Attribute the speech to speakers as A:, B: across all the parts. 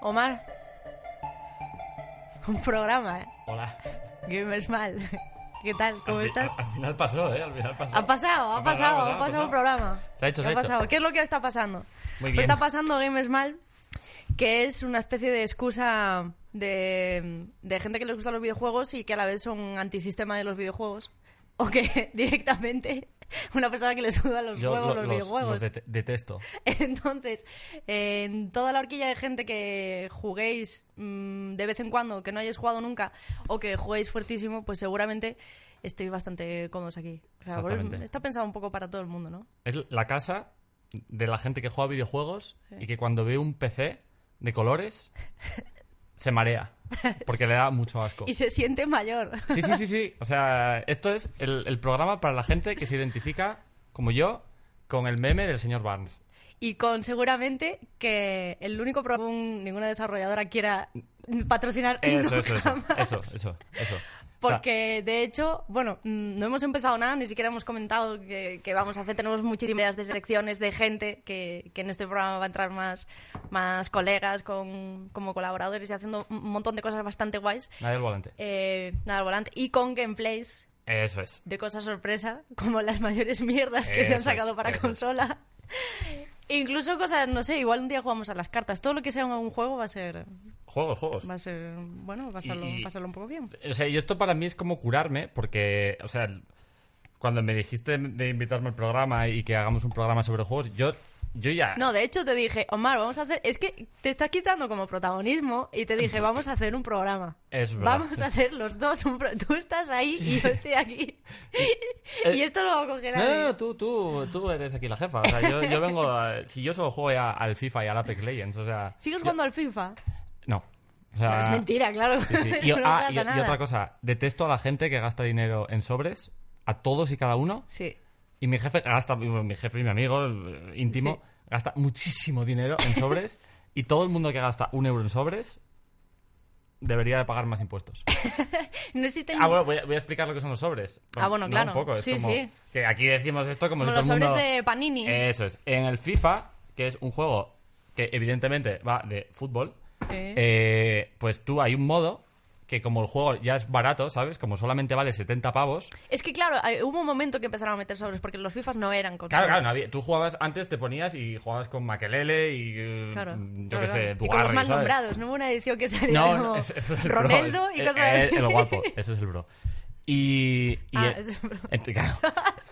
A: Omar. Un programa, ¿eh?
B: Hola.
A: Gamers Mal. ¿Qué tal? ¿Cómo
B: al, fi-
A: estás?
B: Al, al final pasó, ¿eh? Al final pasó.
A: Ha pasado, ha pasado, ha pasado un programa.
B: Se ha hecho, se
A: ha
B: ha hecho.
A: pasado. ¿Qué es lo que está pasando?
B: Muy
A: Pues
B: bien.
A: está pasando Games Mal, que es una especie de excusa de, de gente que les gustan los videojuegos y que a la vez son antisistema de los videojuegos. O que directamente una persona que le suda los
B: Yo
A: juegos,
B: lo-
A: los,
B: los-
A: videojuegos.
B: los dete- detesto.
A: Entonces, en toda la horquilla de gente que juguéis mm, de vez en cuando, que no hayáis jugado nunca, o que juguéis fuertísimo, pues seguramente estéis bastante cómodos aquí. O sea, por-
B: Exactamente.
A: está pensado un poco para todo el mundo, ¿no?
B: Es la casa de la gente que juega videojuegos
A: Sí.
B: y que cuando ve un PC de colores se marea. Porque le da mucho asco.
A: Y se siente mayor.
B: Sí, sí, sí, sí. O sea, esto es el, el programa para la gente que se identifica, como yo, con el meme del señor Barnes.
A: y con seguramente que el único programa ninguna desarrolladora quiera patrocinar
B: Eso,
A: nunca
B: eso, eso.
A: más.
B: Eso, eso, eso. O sea,
A: Porque, de hecho, bueno, mm, no hemos empezado nada, ni siquiera hemos comentado que, que vamos a hacer. Tenemos muchísimas ideas de selecciones de gente que, que en este programa va a entrar más, más colegas con, como colaboradores y haciendo un montón de cosas bastante guays.
B: nadie al volante.
A: Eh, nada, al volante. Y con gameplays
B: Eso es.
A: de cosas sorpresa, como las mayores mierdas que se han
B: Eso
A: sacado
B: es,
A: para
B: eso
A: consola. Incluso cosas, no sé, igual un día jugamos a las cartas. Todo lo que sea un, un juego va a ser,
B: Juegos, juegos.
A: va a ser, bueno, pasarlo,
B: Y-
A: pasarlo un poco bien.
B: O sea, y esto para mí es como curarme, porque, o sea, cuando me dijiste de invitarme al programa y que hagamos un programa sobre juegos, yo, yo ya.
A: No, de hecho te dije, Omar, vamos a hacer. Es que te estás quitando como protagonismo y te dije, vamos a hacer un programa.
B: Es verdad.
A: Vamos a hacer los dos un pro- Tú estás ahí y yo estoy aquí. y esto lo va a coger
B: No, no,
A: nadie.
B: no, tú, tú, tú eres aquí la jefa. O sea, yo, yo vengo. a- si yo solo juego ya al FIFA y al Apex Legends, o sea.
A: ¿Sigues
B: yo-
A: jugando al FIFA?
B: No. O sea,
A: No, es mentira, claro.
B: Sí, sí. Y,
A: No
B: ah,
A: pasa
B: y- y
A: nada.
B: otra cosa, detesto a la gente que gasta dinero en sobres, a todos y cada uno.
A: Sí.
B: Y mi jefe gasta, mi jefe y mi amigo el íntimo,
A: Sí.
B: gasta muchísimo dinero en sobres. y todo el mundo que gasta un euro en sobres debería de pagar más impuestos.
A: No existen
B: Ah, bueno, voy a, voy a explicar lo que son los sobres.
A: Ah, bueno,
B: No,
A: claro.
B: Un poco. es
A: Sí,
B: como
A: sí.
B: Que aquí decimos esto como,
A: como
B: si
A: los
B: todo el
A: sobres
B: mundo...
A: de Panini.
B: Eso es. En el FIFA, que es un juego que evidentemente va de fútbol,
A: Sí.
B: eh, pues tú hay un modo que como el juego ya es barato, ¿sabes? Como solamente vale 70 pavos,
A: Es que claro, hay- hubo un momento que empezaron a meter sobres porque los FIFAs no eran con
B: Claro,
A: sobres.
B: claro, no había- tú jugabas antes, te ponías y jugabas con Maquelele y eh,
A: Claro, claro,
B: yo qué
A: claro.
B: sé,
A: Y con los
B: Dugarry,
A: mal
B: ¿sabes?
A: nombrados, no hubo una edición que salía
B: No,
A: como
B: no, es- eso es el
A: Ronaldo
B: bro, es-
A: y cosas
B: eh,
A: así.
B: El guapo, ese es el bro. Y, y eh,
A: Ah, ese es el bro.
B: ent- claro.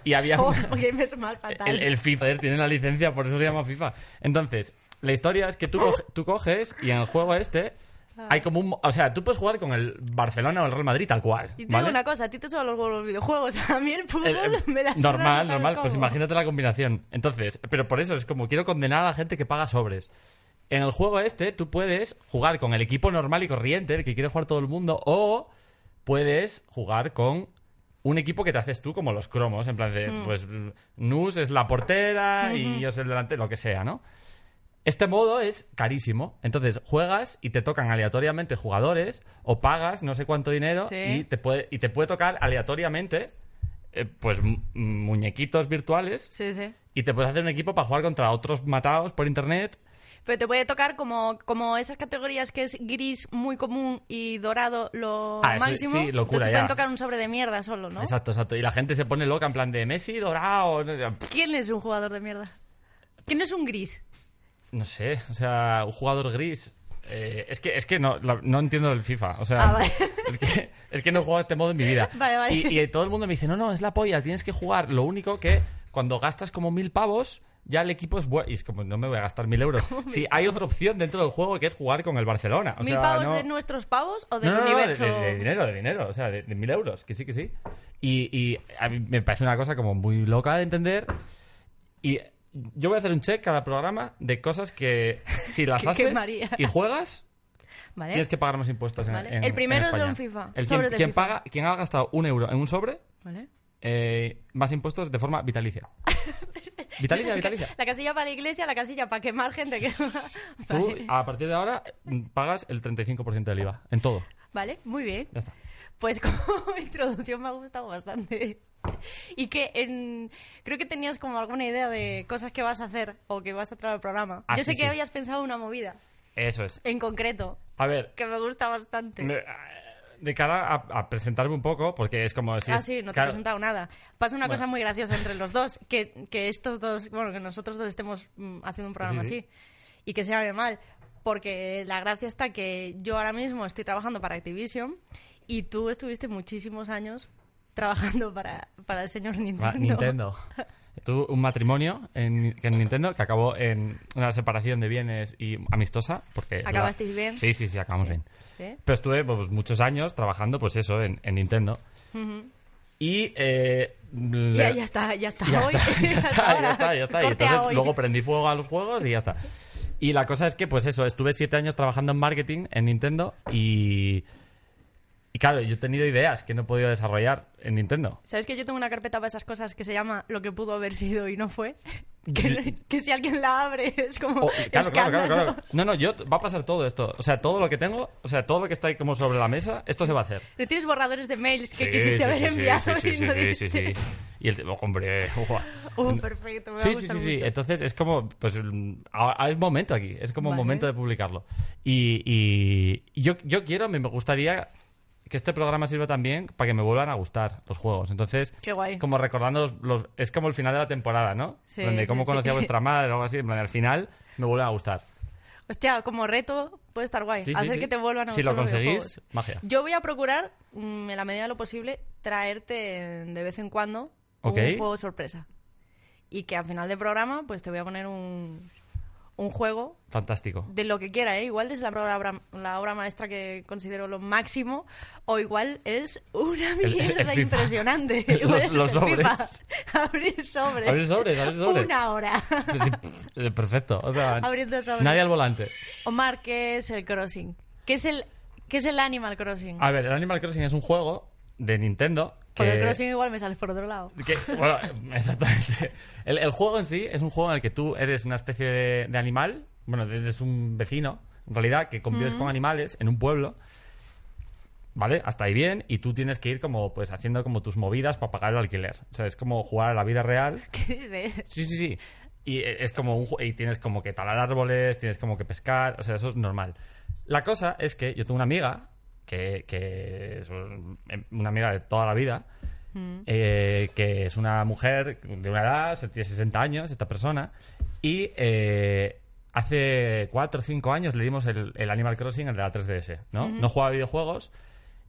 B: Y había
A: Oh,
B: un-
A: porque me es mal fatal.
B: el, el FIFA, eh, tiene la licencia, por eso se llama FIFA. Entonces, la historia es que tú, coge- tú coges y en el juego este
A: Ah.
B: hay como un, mo- o sea, tú puedes jugar con el Barcelona o el Real Madrid tal cual,
A: Y te digo
B: ¿vale?
A: una cosa, a ti te suelen los, los videojuegos, a mí el fútbol
B: Eh, eh,
A: me la suda, no
B: normal,
A: sabes
B: normal. Pues
A: cómo.
B: imagínate la combinación. Entonces, pero por eso es como quiero condenar a la gente que paga sobres. En el juego este, tú puedes jugar con el equipo normal y corriente, el que quiere jugar todo el mundo, o puedes jugar con un equipo que te haces tú, como los cromos, en plan de,
A: Mm.
B: pues, Nus es la portera y yo soy el delantero, lo que sea, ¿no? Este modo es carísimo. Entonces, juegas y te tocan aleatoriamente jugadores o pagas no sé cuánto dinero
A: Sí.
B: y, te puede, y te puede tocar aleatoriamente eh, pues mu- muñequitos virtuales
A: Sí, sí.
B: y te puedes hacer un equipo para jugar contra otros matados por internet.
A: Pero te puede tocar como, como esas categorías que es gris muy común y dorado lo
B: Ah, sí,
A: máximo.
B: sí, locura,
A: Entonces te
B: ya.
A: pueden tocar un sobre de mierda solo, ¿no?
B: Exacto, exacto. Y la gente se pone loca en plan de Messi, Dorado. no sé, pff,
A: ¿Quién es un jugador de mierda? ¿Quién es un gris?
B: No sé, o sea, un jugador gris. Eh, es que, es que no, la- no entiendo el FIFA. O sea,
A: Ah, vale.
B: es, que, es que no he jugado a este modo en mi vida.
A: Vale, vale.
B: Y, y todo el mundo me dice, no, no, es la polla, tienes que jugar. Lo único que cuando gastas como mil pavos, ya el equipo es bueno. Y es como, no me voy a gastar mil euros. Sí, hay otra opción dentro del juego que es jugar con el Barcelona. O
A: ¿Mil
B: sea,
A: pavos
B: no-
A: de nuestros pavos o del
B: no, no, no, de-
A: universo?
B: de, de dinero, de dinero, o sea, de, de mil euros, que sí, que sí. Y, y a mí me parece una cosa como muy loca de entender. Y yo voy a hacer un check cada programa de cosas que si las
A: Que
B: haces
A: quemarías.
B: y juegas,
A: Vale.
B: tienes que pagar más impuestos. en-
A: Vale.
B: en-
A: El primero
B: en
A: es
B: España.
A: un FIFA,
B: El quien,
A: sobres de
B: quien
A: FIFA.
B: paga, quien ha gastado un euro en un sobre,
A: Vale.
B: eh, más impuestos de forma vitalicia. vitalicia, vitalicia.
A: La casilla para la iglesia, la casilla para quemar gente que...
B: Tú,
A: vale.
B: a partir de ahora, mm, pagas el 35% del IVA en todo.
A: Vale, muy bien.
B: Ya está.
A: Pues como introducción me ha gustado bastante. Y que en... creo que tenías como alguna idea de cosas que vas a hacer o que vas a traer al programa.
B: Ah,
A: Yo sé
B: sí,
A: que
B: sí.
A: habías pensado una movida.
B: Eso es.
A: en concreto,
B: A ver,
A: que me gusta bastante.
B: me- eh, de cara a, a presentarme un poco, porque es como si...
A: ah,
B: es-
A: sí, no te
B: claro,
A: he presentado nada. Pasa una
B: Bueno.
A: cosa muy graciosa entre los dos, que, que estos dos, bueno, que nosotros dos estemos mm, haciendo un programa
B: Sí, sí.
A: así y que se llame mal, porque la gracia está que yo ahora mismo estoy trabajando para Activision y tú estuviste muchísimos años trabajando para, para el señor
B: va,
A: Nintendo.
B: Ah, Nintendo. Tuve un matrimonio en, en Nintendo que acabó en una separación de bienes y amistosa. Porque la-
A: ¿Acabasteis bien?
B: Sí, sí, sí, acabamos bien.
A: ¿Sí?
B: Pero estuve pues, muchos años trabajando, pues eso, en, en Nintendo. Y... eh,
A: Ya,
B: le-
A: ya está, ya está.
B: Ya
A: hoy.
B: está, ya está,
A: ahora.
B: ya está, ya está. Y
A: Corte a
B: entonces
A: hoy.
B: luego prendí fuego a los juegos y ya está. Y la cosa es que, pues eso, estuve siete años trabajando en marketing en Nintendo y... Y claro, yo he tenido ideas que no he podido desarrollar en Nintendo.
A: ¿Sabes que yo tengo una carpeta para esas cosas que se llama Lo que pudo haber sido y no fue? Que, que si alguien la abre es como
B: O- Oh, claro, claro, claro, claro.
A: escándalos.
B: No, no, yo va a pasar todo esto. O sea, todo lo que tengo, o sea, todo lo que está ahí como sobre la mesa, esto se va a hacer.
A: Pero tienes borradores de mails que
B: Sí,
A: quisiste
B: sí,
A: haber
B: sí, sí,
A: enviado
B: sí, sí,
A: y
B: sí,
A: no
B: sí, sí,
A: diste.
B: sí. Y el oh, hombre, guau.
A: Uh, perfecto, me va a
B: Sí, sí,
A: gustar
B: sí, eh. sí.
A: mucho.
B: Entonces es como, pues, mm, ahora es momento aquí, es como
A: Vale.
B: momento de publicarlo. Y, y yo, yo quiero, me me gustaría que este programa sirva también para que me vuelvan a gustar los juegos. Entonces,
A: Qué guay.
B: como recordando, los, los- es como el final de la temporada, ¿no?
A: Sí,
B: Donde
A: sí,
B: cómo
A: sí.
B: conocí a vuestra madre o algo así, en plan, al final me vuelven a gustar.
A: Hostia, como reto puede estar guay.
B: Sí, sí,
A: hacer
B: sí.
A: que te vuelvan a
B: Si
A: gustar
B: lo
A: los
B: conseguís,
A: videojuegos.
B: magia.
A: Yo voy a procurar, mm, en la medida de lo posible, traerte de vez en cuando
B: Ok.
A: un juego sorpresa. Y que al final del programa, pues te voy a poner un, un juego
B: Fantástico.
A: de lo que quiera, ¿eh? Igual es la obra, la obra maestra que considero lo máximo, o igual es una
B: el
A: mierda
B: FIFA.
A: impresionante.
B: Los-
A: Igual es
B: los
A: el
B: sobres.
A: FIFA. Abrir sobres.
B: Abrir sobres, abrir sobres.
A: Una hora.
B: Sí, eh, Perfecto. O sea,
A: Abriendo sobres.
B: nadie al volante.
A: Omar, ¿qué es el crossing? ¿Qué es el, qué es el Animal Crossing?
B: A ver, el Animal Crossing es un juego de Nintendo Ah, que...
A: Porque el crossing igual me sales por otro lado.
B: Que- bueno, exactamente. El, el juego en sí es un juego en el que tú eres una especie de, de animal, bueno, eres un vecino, en realidad, que convives con animales en un pueblo. ¿Vale? Hasta ahí bien, y tú tienes que ir como, pues, haciendo como tus movidas para pagar el alquiler. O sea, es como jugar a la vida real.
A: ¿Qué dices?
B: Sí, sí, sí. Y eh, es como un ju- y tienes como que talar árboles, tienes como que pescar, o sea, eso es normal. La cosa es que yo tengo una amiga que, que es un- em, una amiga de toda la vida, eh, que es una mujer de una edad, o sea, tiene 60 años esta persona, y eh, hace 4 o 5 años le dimos el, el Animal Crossing, el de la 3DS, ¿no? No jugaba a videojuegos,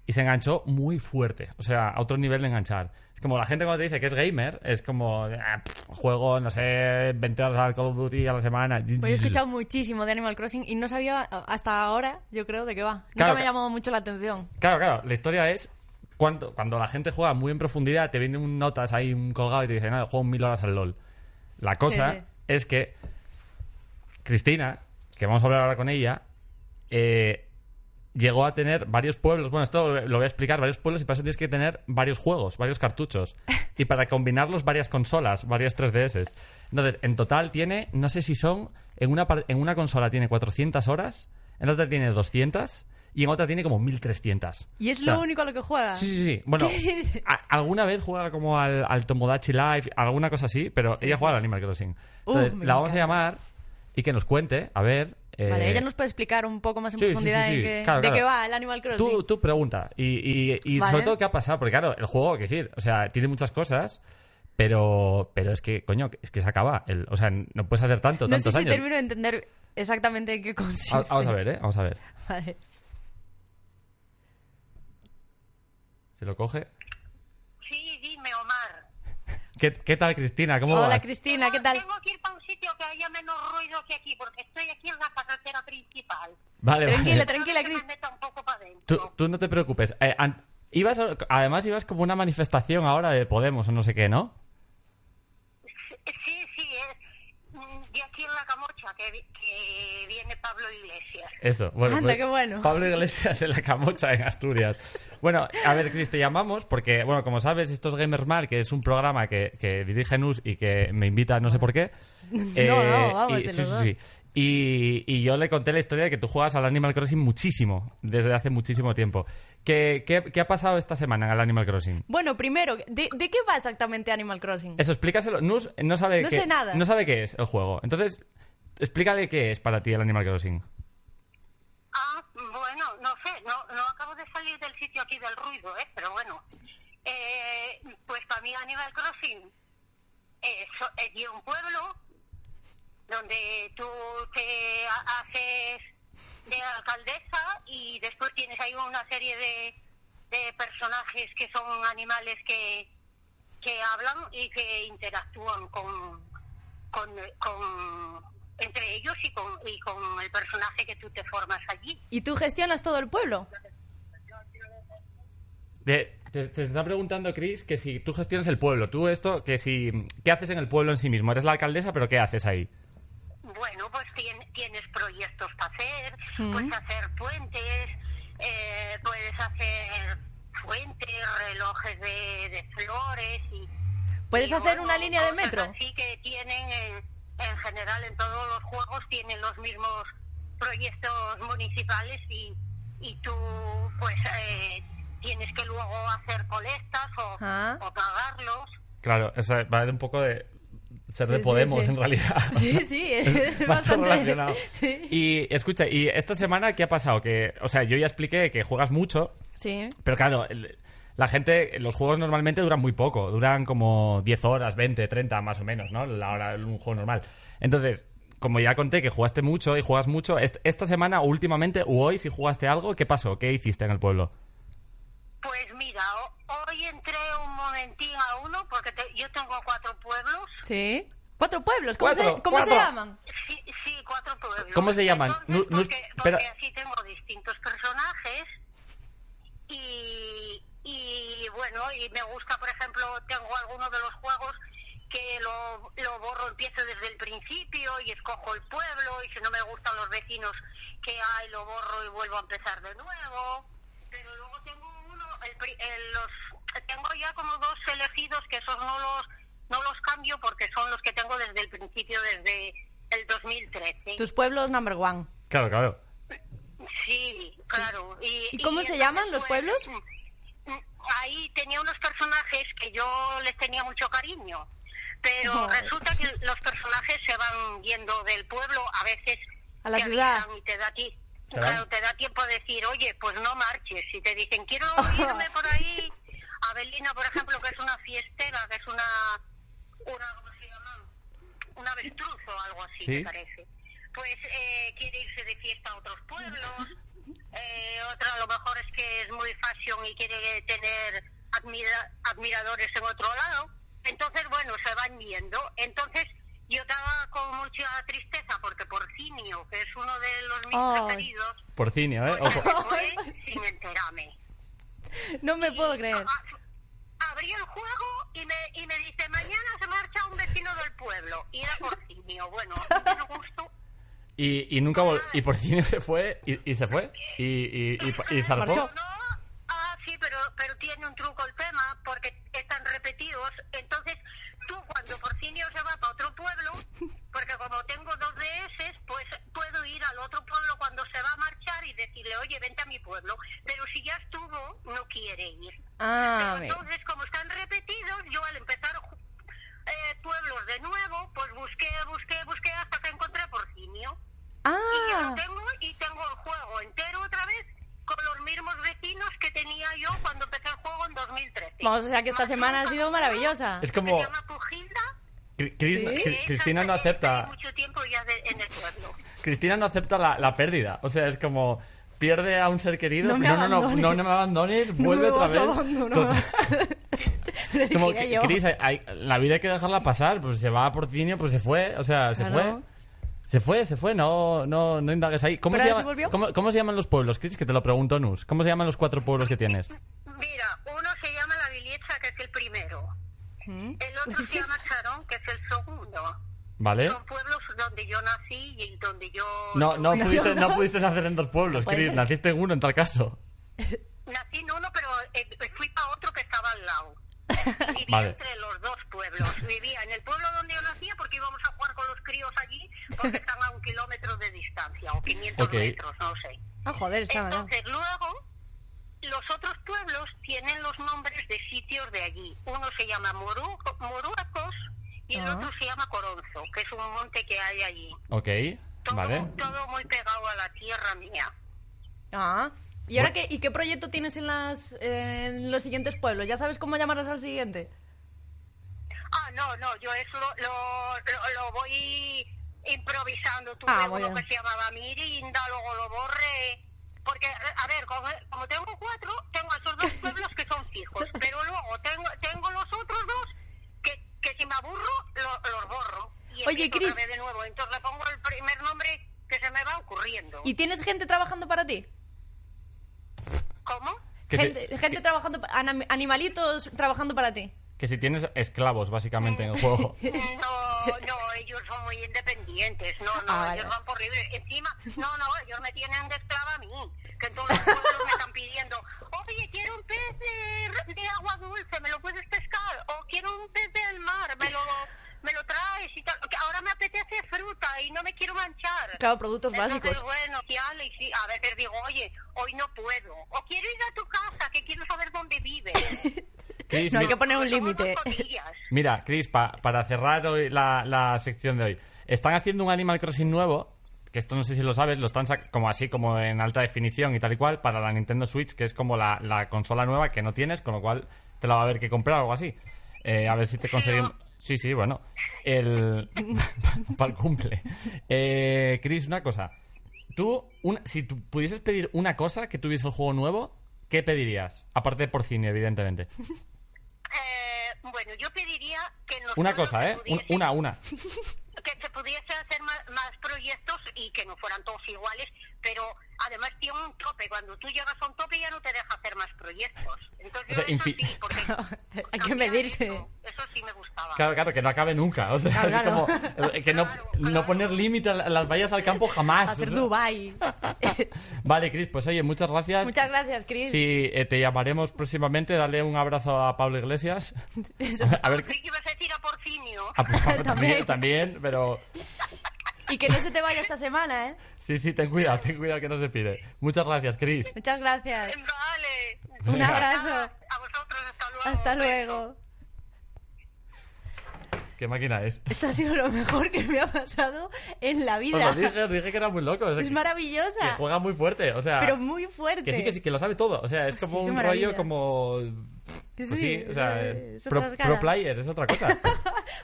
B: y se enganchó muy fuerte. O sea, a otro nivel de enganchar. Es como la gente cuando te dice que es gamer, es como. "Ah, pff, juego, no sé, 20 horas al Call of Duty a la semana.
A: Pues he escuchado muchísimo de Animal Crossing y no sabía hasta ahora, yo creo, de qué va.
B: Claro,
A: Nunca me
B: ca-
A: ha llamado mucho la atención.
B: Claro, claro. La historia es. Cuando, cuando la gente juega muy en profundidad, te vienen un notas ahí, un colgado, y te dicen, no, juego mil horas al LOL. La cosa
A: Sí, sí.
B: es que. Cristina, que vamos a hablar ahora con ella, eh, llegó a tener varios pueblos. Bueno, esto lo voy a explicar, varios pueblos, y para eso tienes que tener varios juegos, varios cartuchos. Y para combinarlos, varias consolas, varios 3DS. Entonces, en total tiene, no sé si son, en una, par- en una consola tiene 400 horas, en otra tiene 200 y en otra tiene como 1300.
A: Y es
B: O sea,
A: lo único a lo que juega.
B: Sí, sí, sí. Bueno,
A: ¿Qué?
B: a- alguna vez jugaba como al, al Tomodachi Live, alguna cosa así, pero ella juega al Animal Crossing.
A: Uh,
B: Entonces,
A: me
B: la vamos
A: encanta.
B: a llamar y que nos cuente, a ver. eh,
A: Vale, ella nos puede explicar un poco más en
B: sí, sí,
A: profundidad
B: sí, sí.
A: de, qué,
B: Claro,
A: de qué
B: claro.
A: va el Animal Crossing.
B: Tú, tú pregunta. Y, y- y
A: Vale.
B: sobre todo, ¿qué ha pasado? Porque, claro, el juego, que decir, o sea, tiene muchas cosas, pero, pero es que, coño, es que se acaba. El, o sea, no puedes hacer tanto,
A: no sé
B: tantos
A: si
B: años.
A: termino de entender exactamente en qué consiste.
B: Va- Vamos a ver, ¿eh? Vamos a ver.
A: Vale.
B: Se lo coge.
C: Sí, dime, Omar.
B: ¿Qué, qué tal, Cristina? ¿Cómo
A: Hola
B: vas?
A: Cristina, ¿qué
C: Omar,
A: tal?
C: Tengo que ir para un sitio que haya menos ruido que aquí, porque estoy aquí en la carretera principal.
B: Vale, vale.
A: Tranquila, tranquila.
C: Que
A: Cris.
C: me meta un poco para
B: Tú,
C: adentro.
B: tú no te preocupes. Eh, an- ibas a- además, ibas como una manifestación ahora de Podemos o no sé qué, ¿no?
C: Sí, sí, es mm, de aquí en la camocha que, vi- que viene Pablo Iglesias.
B: Eso, bueno. pues
A: Anda, qué bueno.
B: Pablo Iglesias en la camocha en Asturias. Bueno, a ver, Cris, te llamamos porque, bueno, como sabes, esto es Gamer Mal, que es un programa que, que dirige Nus y que me invita no sé por qué. Eh,
A: No, no, vamos,
B: y,
A: te
B: sí,
A: lo
B: sí,
A: doy.
B: sí. Y, y yo le conté la historia de que tú juegas al Animal Crossing muchísimo, desde hace muchísimo tiempo. ¿Qué, qué, qué ha pasado esta semana en el Animal Crossing?
A: Bueno, primero, ¿de, de qué va exactamente Animal Crossing?
B: Eso, explícaselo. Nus no sabe
A: No
B: qué,
A: sé nada.
B: No sabe qué es el juego. Entonces, explícale qué es para ti el Animal Crossing.
C: Ah, salir del sitio aquí del ruido, ¿eh? Pero bueno. Eh, pues para mí Animal Crossing es, es un pueblo donde tú te ha- haces de alcaldesa y después tienes ahí una serie de, de personajes que son animales que, que hablan y que interactúan con, con, con- entre ellos y con, y con el personaje que tú te formas allí.
A: ¿Y tú gestionas todo el pueblo?
B: De- te, te está preguntando, Chris, que si tú gestionas el pueblo, tú esto, que si. ¿Qué haces en el pueblo en sí mismo? Eres la alcaldesa, pero ¿qué haces ahí?
C: Bueno, pues tien- tienes proyectos para hacer,
A: Mm.
C: puedes hacer puentes, eh, puedes hacer fuentes, relojes de, de flores y...
A: ¿Puedes
C: y
A: hacer
C: bueno,
A: una línea de
C: cosas
A: metro?
C: Así que tienen en, en general en todos los juegos tienen los mismos proyectos municipales y, y tú pues eh, tienes que luego hacer colectas o,
A: Ah.
C: o pagarlos.
B: Claro, o sea, va de un poco de ser
A: Sí,
B: de
A: sí,
B: Podemos,
A: sí.
B: en realidad.
A: Sí, sí, es
B: Va todo
A: bastante.
B: relacionado.
A: Sí.
B: Y escucha, ¿y esta semana qué ha pasado? Que, o sea, yo ya expliqué que juegas mucho,
A: Sí.
B: pero claro, el- la gente, los juegos normalmente duran muy poco, duran como 10 horas, 20, 30 más o menos, ¿no? La hora de un juego normal. Entonces, como ya conté que jugaste mucho y juegas mucho, est- esta semana o últimamente o hoy si jugaste algo, ¿qué pasó? ¿Qué hiciste en el pueblo?
C: Pues mira, ho- hoy entré un momentín a uno porque te- yo tengo cuatro pueblos.
A: Sí. Cuatro pueblos, ¿cómo,
B: Cuatro,
A: se, cómo se
B: cuatro.
A: llaman?
C: Sí, sí, cuatro pueblos.
B: ¿Cómo se llaman?
C: Entonces,
B: Nu- nu-
C: porque, porque
B: espera.
C: así tengo distintos personajes y, y bueno, y me gusta, por ejemplo, tengo algunos de los juegos que lo, lo borro, empiezo desde el principio y escojo el pueblo y si no me gustan los vecinos que hay, lo borro y vuelvo a empezar de nuevo. Pero luego tengo uno, el, pri- el- los, tengo ya como dos elegidos que esos no los, no los cambio porque son los que tengo desde el principio, desde el 2013.
A: Tus pueblos number one.
B: Claro, claro.
C: Sí, claro. ¿Y,
A: ¿Y cómo se
C: entonces,
A: llaman los pueblos?
C: mm, mm, Ahí tenía unos personajes que yo les tenía mucho cariño, pero
A: Oh.
C: resulta que los personajes se van yendo del pueblo a veces
A: A la
C: te
A: ciudad.
C: avisan Y te da ti-
B: Se
C: claro,
B: van.
C: te da tiempo a decir, oye, pues no marches. Si te dicen, quiero irme por ahí, a Belina, por ejemplo, que es una fiestera, que es una, una ¿cómo se llama? Un avestruz o algo así,
B: Sí.
C: me parece. Pues eh, quiere irse de fiesta a otros pueblos. Eh, otra a lo mejor es que es muy fashion y quiere tener admira- admiradores en otro lado. Entonces, bueno, se van yendo. Entonces, yo estaba con mucha tristeza porque Porcinio, que es uno de los mis
A: Ay.
C: preferidos,
B: Porcinio, ¿eh?
C: pues,
B: Ojo.
C: se fue sin enterarme.
A: No me puedo creer.
C: A- Abrí el juego y me, y me dice, mañana se marcha un vecino del pueblo. Y era Porcinio. Bueno, un gusto.
B: Y, y nunca vol- Y Porcinio se fue, y, y se fue, y, y, y, y zarpó.
A: Marchó.
C: No, ah, sí, pero, pero tiene un truco el tema porque están repetidos. Entonces, tú cuando Porcinio se va para otro pueblo, porque como tengo dos DS, pues puedo ir al otro pueblo cuando se va a marchar y decirle, oye, vente a mi pueblo. Pero si ya estuvo, no quiere ir.
A: Ah,
C: Pero
A: mira.
C: entonces, como están repetidos, yo al empezar ju- eh, pueblos de nuevo, pues busqué, busqué, busqué hasta que encontré Porcinio. Y ya
A: Ah,
C: lo tengo y tengo el juego entero otra vez con los mismos vecinos que tenía yo cuando empecé el juego en 2013.
A: vamos, o sea que esta
C: Más
A: semana ha
C: nunca
A: sido
C: lo
A: maravillosa.
B: Es
C: Se
B: como...
C: llama Pujilda.
B: Cri- Cris-
A: Sí.
B: Cri-
C: que
B: Cristina
C: esa
B: no
C: tiene
B: acepta...
C: mucho tiempo ya de- en el pueblo.
B: Cristina no acepta la, la pérdida. O sea, es como pierde a un ser querido.
A: No me
B: no, no,
A: abandones.
B: no, no me abandones,
A: No
B: vuelve
A: me
B: otra
A: vas
B: vez.
A: a abandonar.
B: Total.
A: Le
B: Como
A: diría
B: que-
A: yo.
B: Cris, hay- hay- la vida hay que dejarla pasar. Pues se va a Porcinio, pues se fue. O sea, se
A: Claro.
B: fue. Se fue, se fue, no, no, no indagues ahí. ¿Cómo
A: ¿Pero
B: se,
A: ahora
B: llama-
A: se volvió?
B: cómo- cómo se llaman los pueblos, Cris? Que te lo pregunto, Nus. ¿Cómo se llaman los cuatro pueblos que tienes?
C: Mira, uno se llama La Viliecha, que es el primero.
A: ¿Mm?
C: El otro se llama Charón, que es el segundo.
B: ¿Vale?
C: Son pueblos donde yo nací y donde yo...
B: ¿Eh? No, no,
A: No,
B: pudiste,
A: no.
B: no pudiste nacer en dos pueblos,
A: puede
B: Cris.
A: ser.
B: Naciste en uno en tal caso.
C: Nací en uno, pero eh, fui para otro que estaba al lado. Vivía
B: Vale.
C: entre los dos pueblos. Vivía en el pueblo donde yo nacía porque íbamos a jugar con los críos allí porque están a un kilómetro de distancia o 500
B: Ok.
C: metros, no sé.
A: Ah, joder, está mal.
C: Entonces luego los otros pueblos tienen los nombres de sitios de allí. Uno se llama Moru- Moruacos y el
A: Ah.
C: otro se llama Coronzo, que es un monte que hay allí.
B: Ok,
C: Todo,
B: vale.
C: todo muy pegado a la tierra mía.
A: Ah, ¿Y ahora qué, y qué proyecto tienes en, las, eh, en los siguientes pueblos? ¿Ya sabes cómo llamarás al siguiente?
C: Ah, no, no, yo eso lo, lo, lo- lo voy improvisando. Tuve
A: Ah, muy
C: uno
A: bien.
C: que se llamaba Mirinda, luego lo borré. Porque, a ver, como, como tengo cuatro, tengo esos dos pueblos que son fijos. Pero luego tengo, tengo los otros dos que, que si me aburro, lo- los borro. Y
A: Oye,
C: empiezo
A: Cris.
C: otra vez de nuevo. Entonces le pongo el primer nombre que se me va ocurriendo.
A: ¿Y tienes gente trabajando para ti?
C: ¿Cómo?
B: Que,
A: gente
B: si,
A: gente trabajando, pa- anam- animalitos trabajando para ti.
B: que si tienes esclavos, básicamente, en el juego.
C: No, no, ellos son muy independientes. No, no,
A: Ah,
C: ellos
A: vale.
C: van por libre. Encima, no, no, ellos me tienen de esclava a mí. Que en todos los pueblos me están pidiendo, oye, quiero un pez de, de agua dulce, ¿me lo puedes pescar? O quiero un pez del mar, ¿me lo, me lo traes? y tal. Que Ahora me apetece fruta y no me quiero manchar.
A: Claro, productos
C: Entonces,
A: básicos.
C: bueno, y Ale, y sí, a veces digo, oye, hoy no puedo. O quiero ir a tu casa, que quiero saber dónde vives.
B: Chris,
A: No hay
B: mi-
A: que poner un
C: Porque somos
A: límite.
C: dos cotillas.
B: Mira, Chris, pa- para cerrar hoy la, la sección de hoy, están haciendo un Animal Crossing nuevo, que esto no sé si lo sabes, lo están sac- como así, como en alta definición y tal y cual, para la Nintendo Switch, que es como la, la consola nueva que no tienes, con lo cual te la va a haber que comprar o algo así. Eh, a ver si te conseguimos... Sí, sí, bueno. El... para el cumple. Eh, Chris, una cosa. Tú, una- si tú pudieses pedir una cosa que tuviese el juego nuevo, ¿qué pedirías? Aparte de porcini, evidentemente.
C: Eh, bueno, yo pediría que nos
B: Una cosa, ¿eh? Un- una, una.
C: que se pudiese hacer ma- más, proyectos y que no fueran todos iguales, pero además tiene un tope. Cuando tú llegas a un tope ya no te deja hacer más proyectos. Entonces,
B: O sea,
C: yo eso
B: infi-
C: sí, porque
A: Hay que
C: cambiar
A: medirse.
C: Eso, eso sí me gustaba.
B: Claro, claro, que no acabe nunca. O sea,
A: Claro,
B: es
A: claro.
B: como eh, que no,
C: Claro,
B: no
C: claro.
B: poner límite a la- las vallas al campo jamás.
A: Hacer
B: o sea.
A: Dubai.
B: Vale, Cris, pues oye, muchas gracias.
A: Muchas gracias, Chris.
B: Si eh, te llamaremos próximamente, dale un abrazo a Pablo Iglesias.
A: Eso.
B: A ver,
C: Sí, ibas a decir a Porcinio.
B: a- también,
A: También.
B: también, pero
A: Y que no se te vaya esta semana, ¿eh?
B: sí, sí, ten cuidado, ten cuidado que no se pide. Muchas gracias, Cris.
A: Muchas gracias.
C: Vale.
A: Un
B: Venga.
A: abrazo.
C: A vosotros, hasta luego.
A: Hasta luego.
B: Qué máquina es.
A: Esto ha sido lo mejor que me ha pasado en la
B: Os lo
A: vida.
B: dije, os dije que era muy loco. o sea,
A: Es
B: que- Que
A: maravillosa,
B: juega muy fuerte, o sea.
A: pero muy fuerte.
B: Que sí, que sí, que lo sabe todo. O sea, es
A: Sí,
B: como
A: qué
B: un
A: maravilla.
B: rollo como.
A: Que
B: pues sí, o sea,
A: es
B: pro-
A: otra escala.
B: pro player es otra cosa.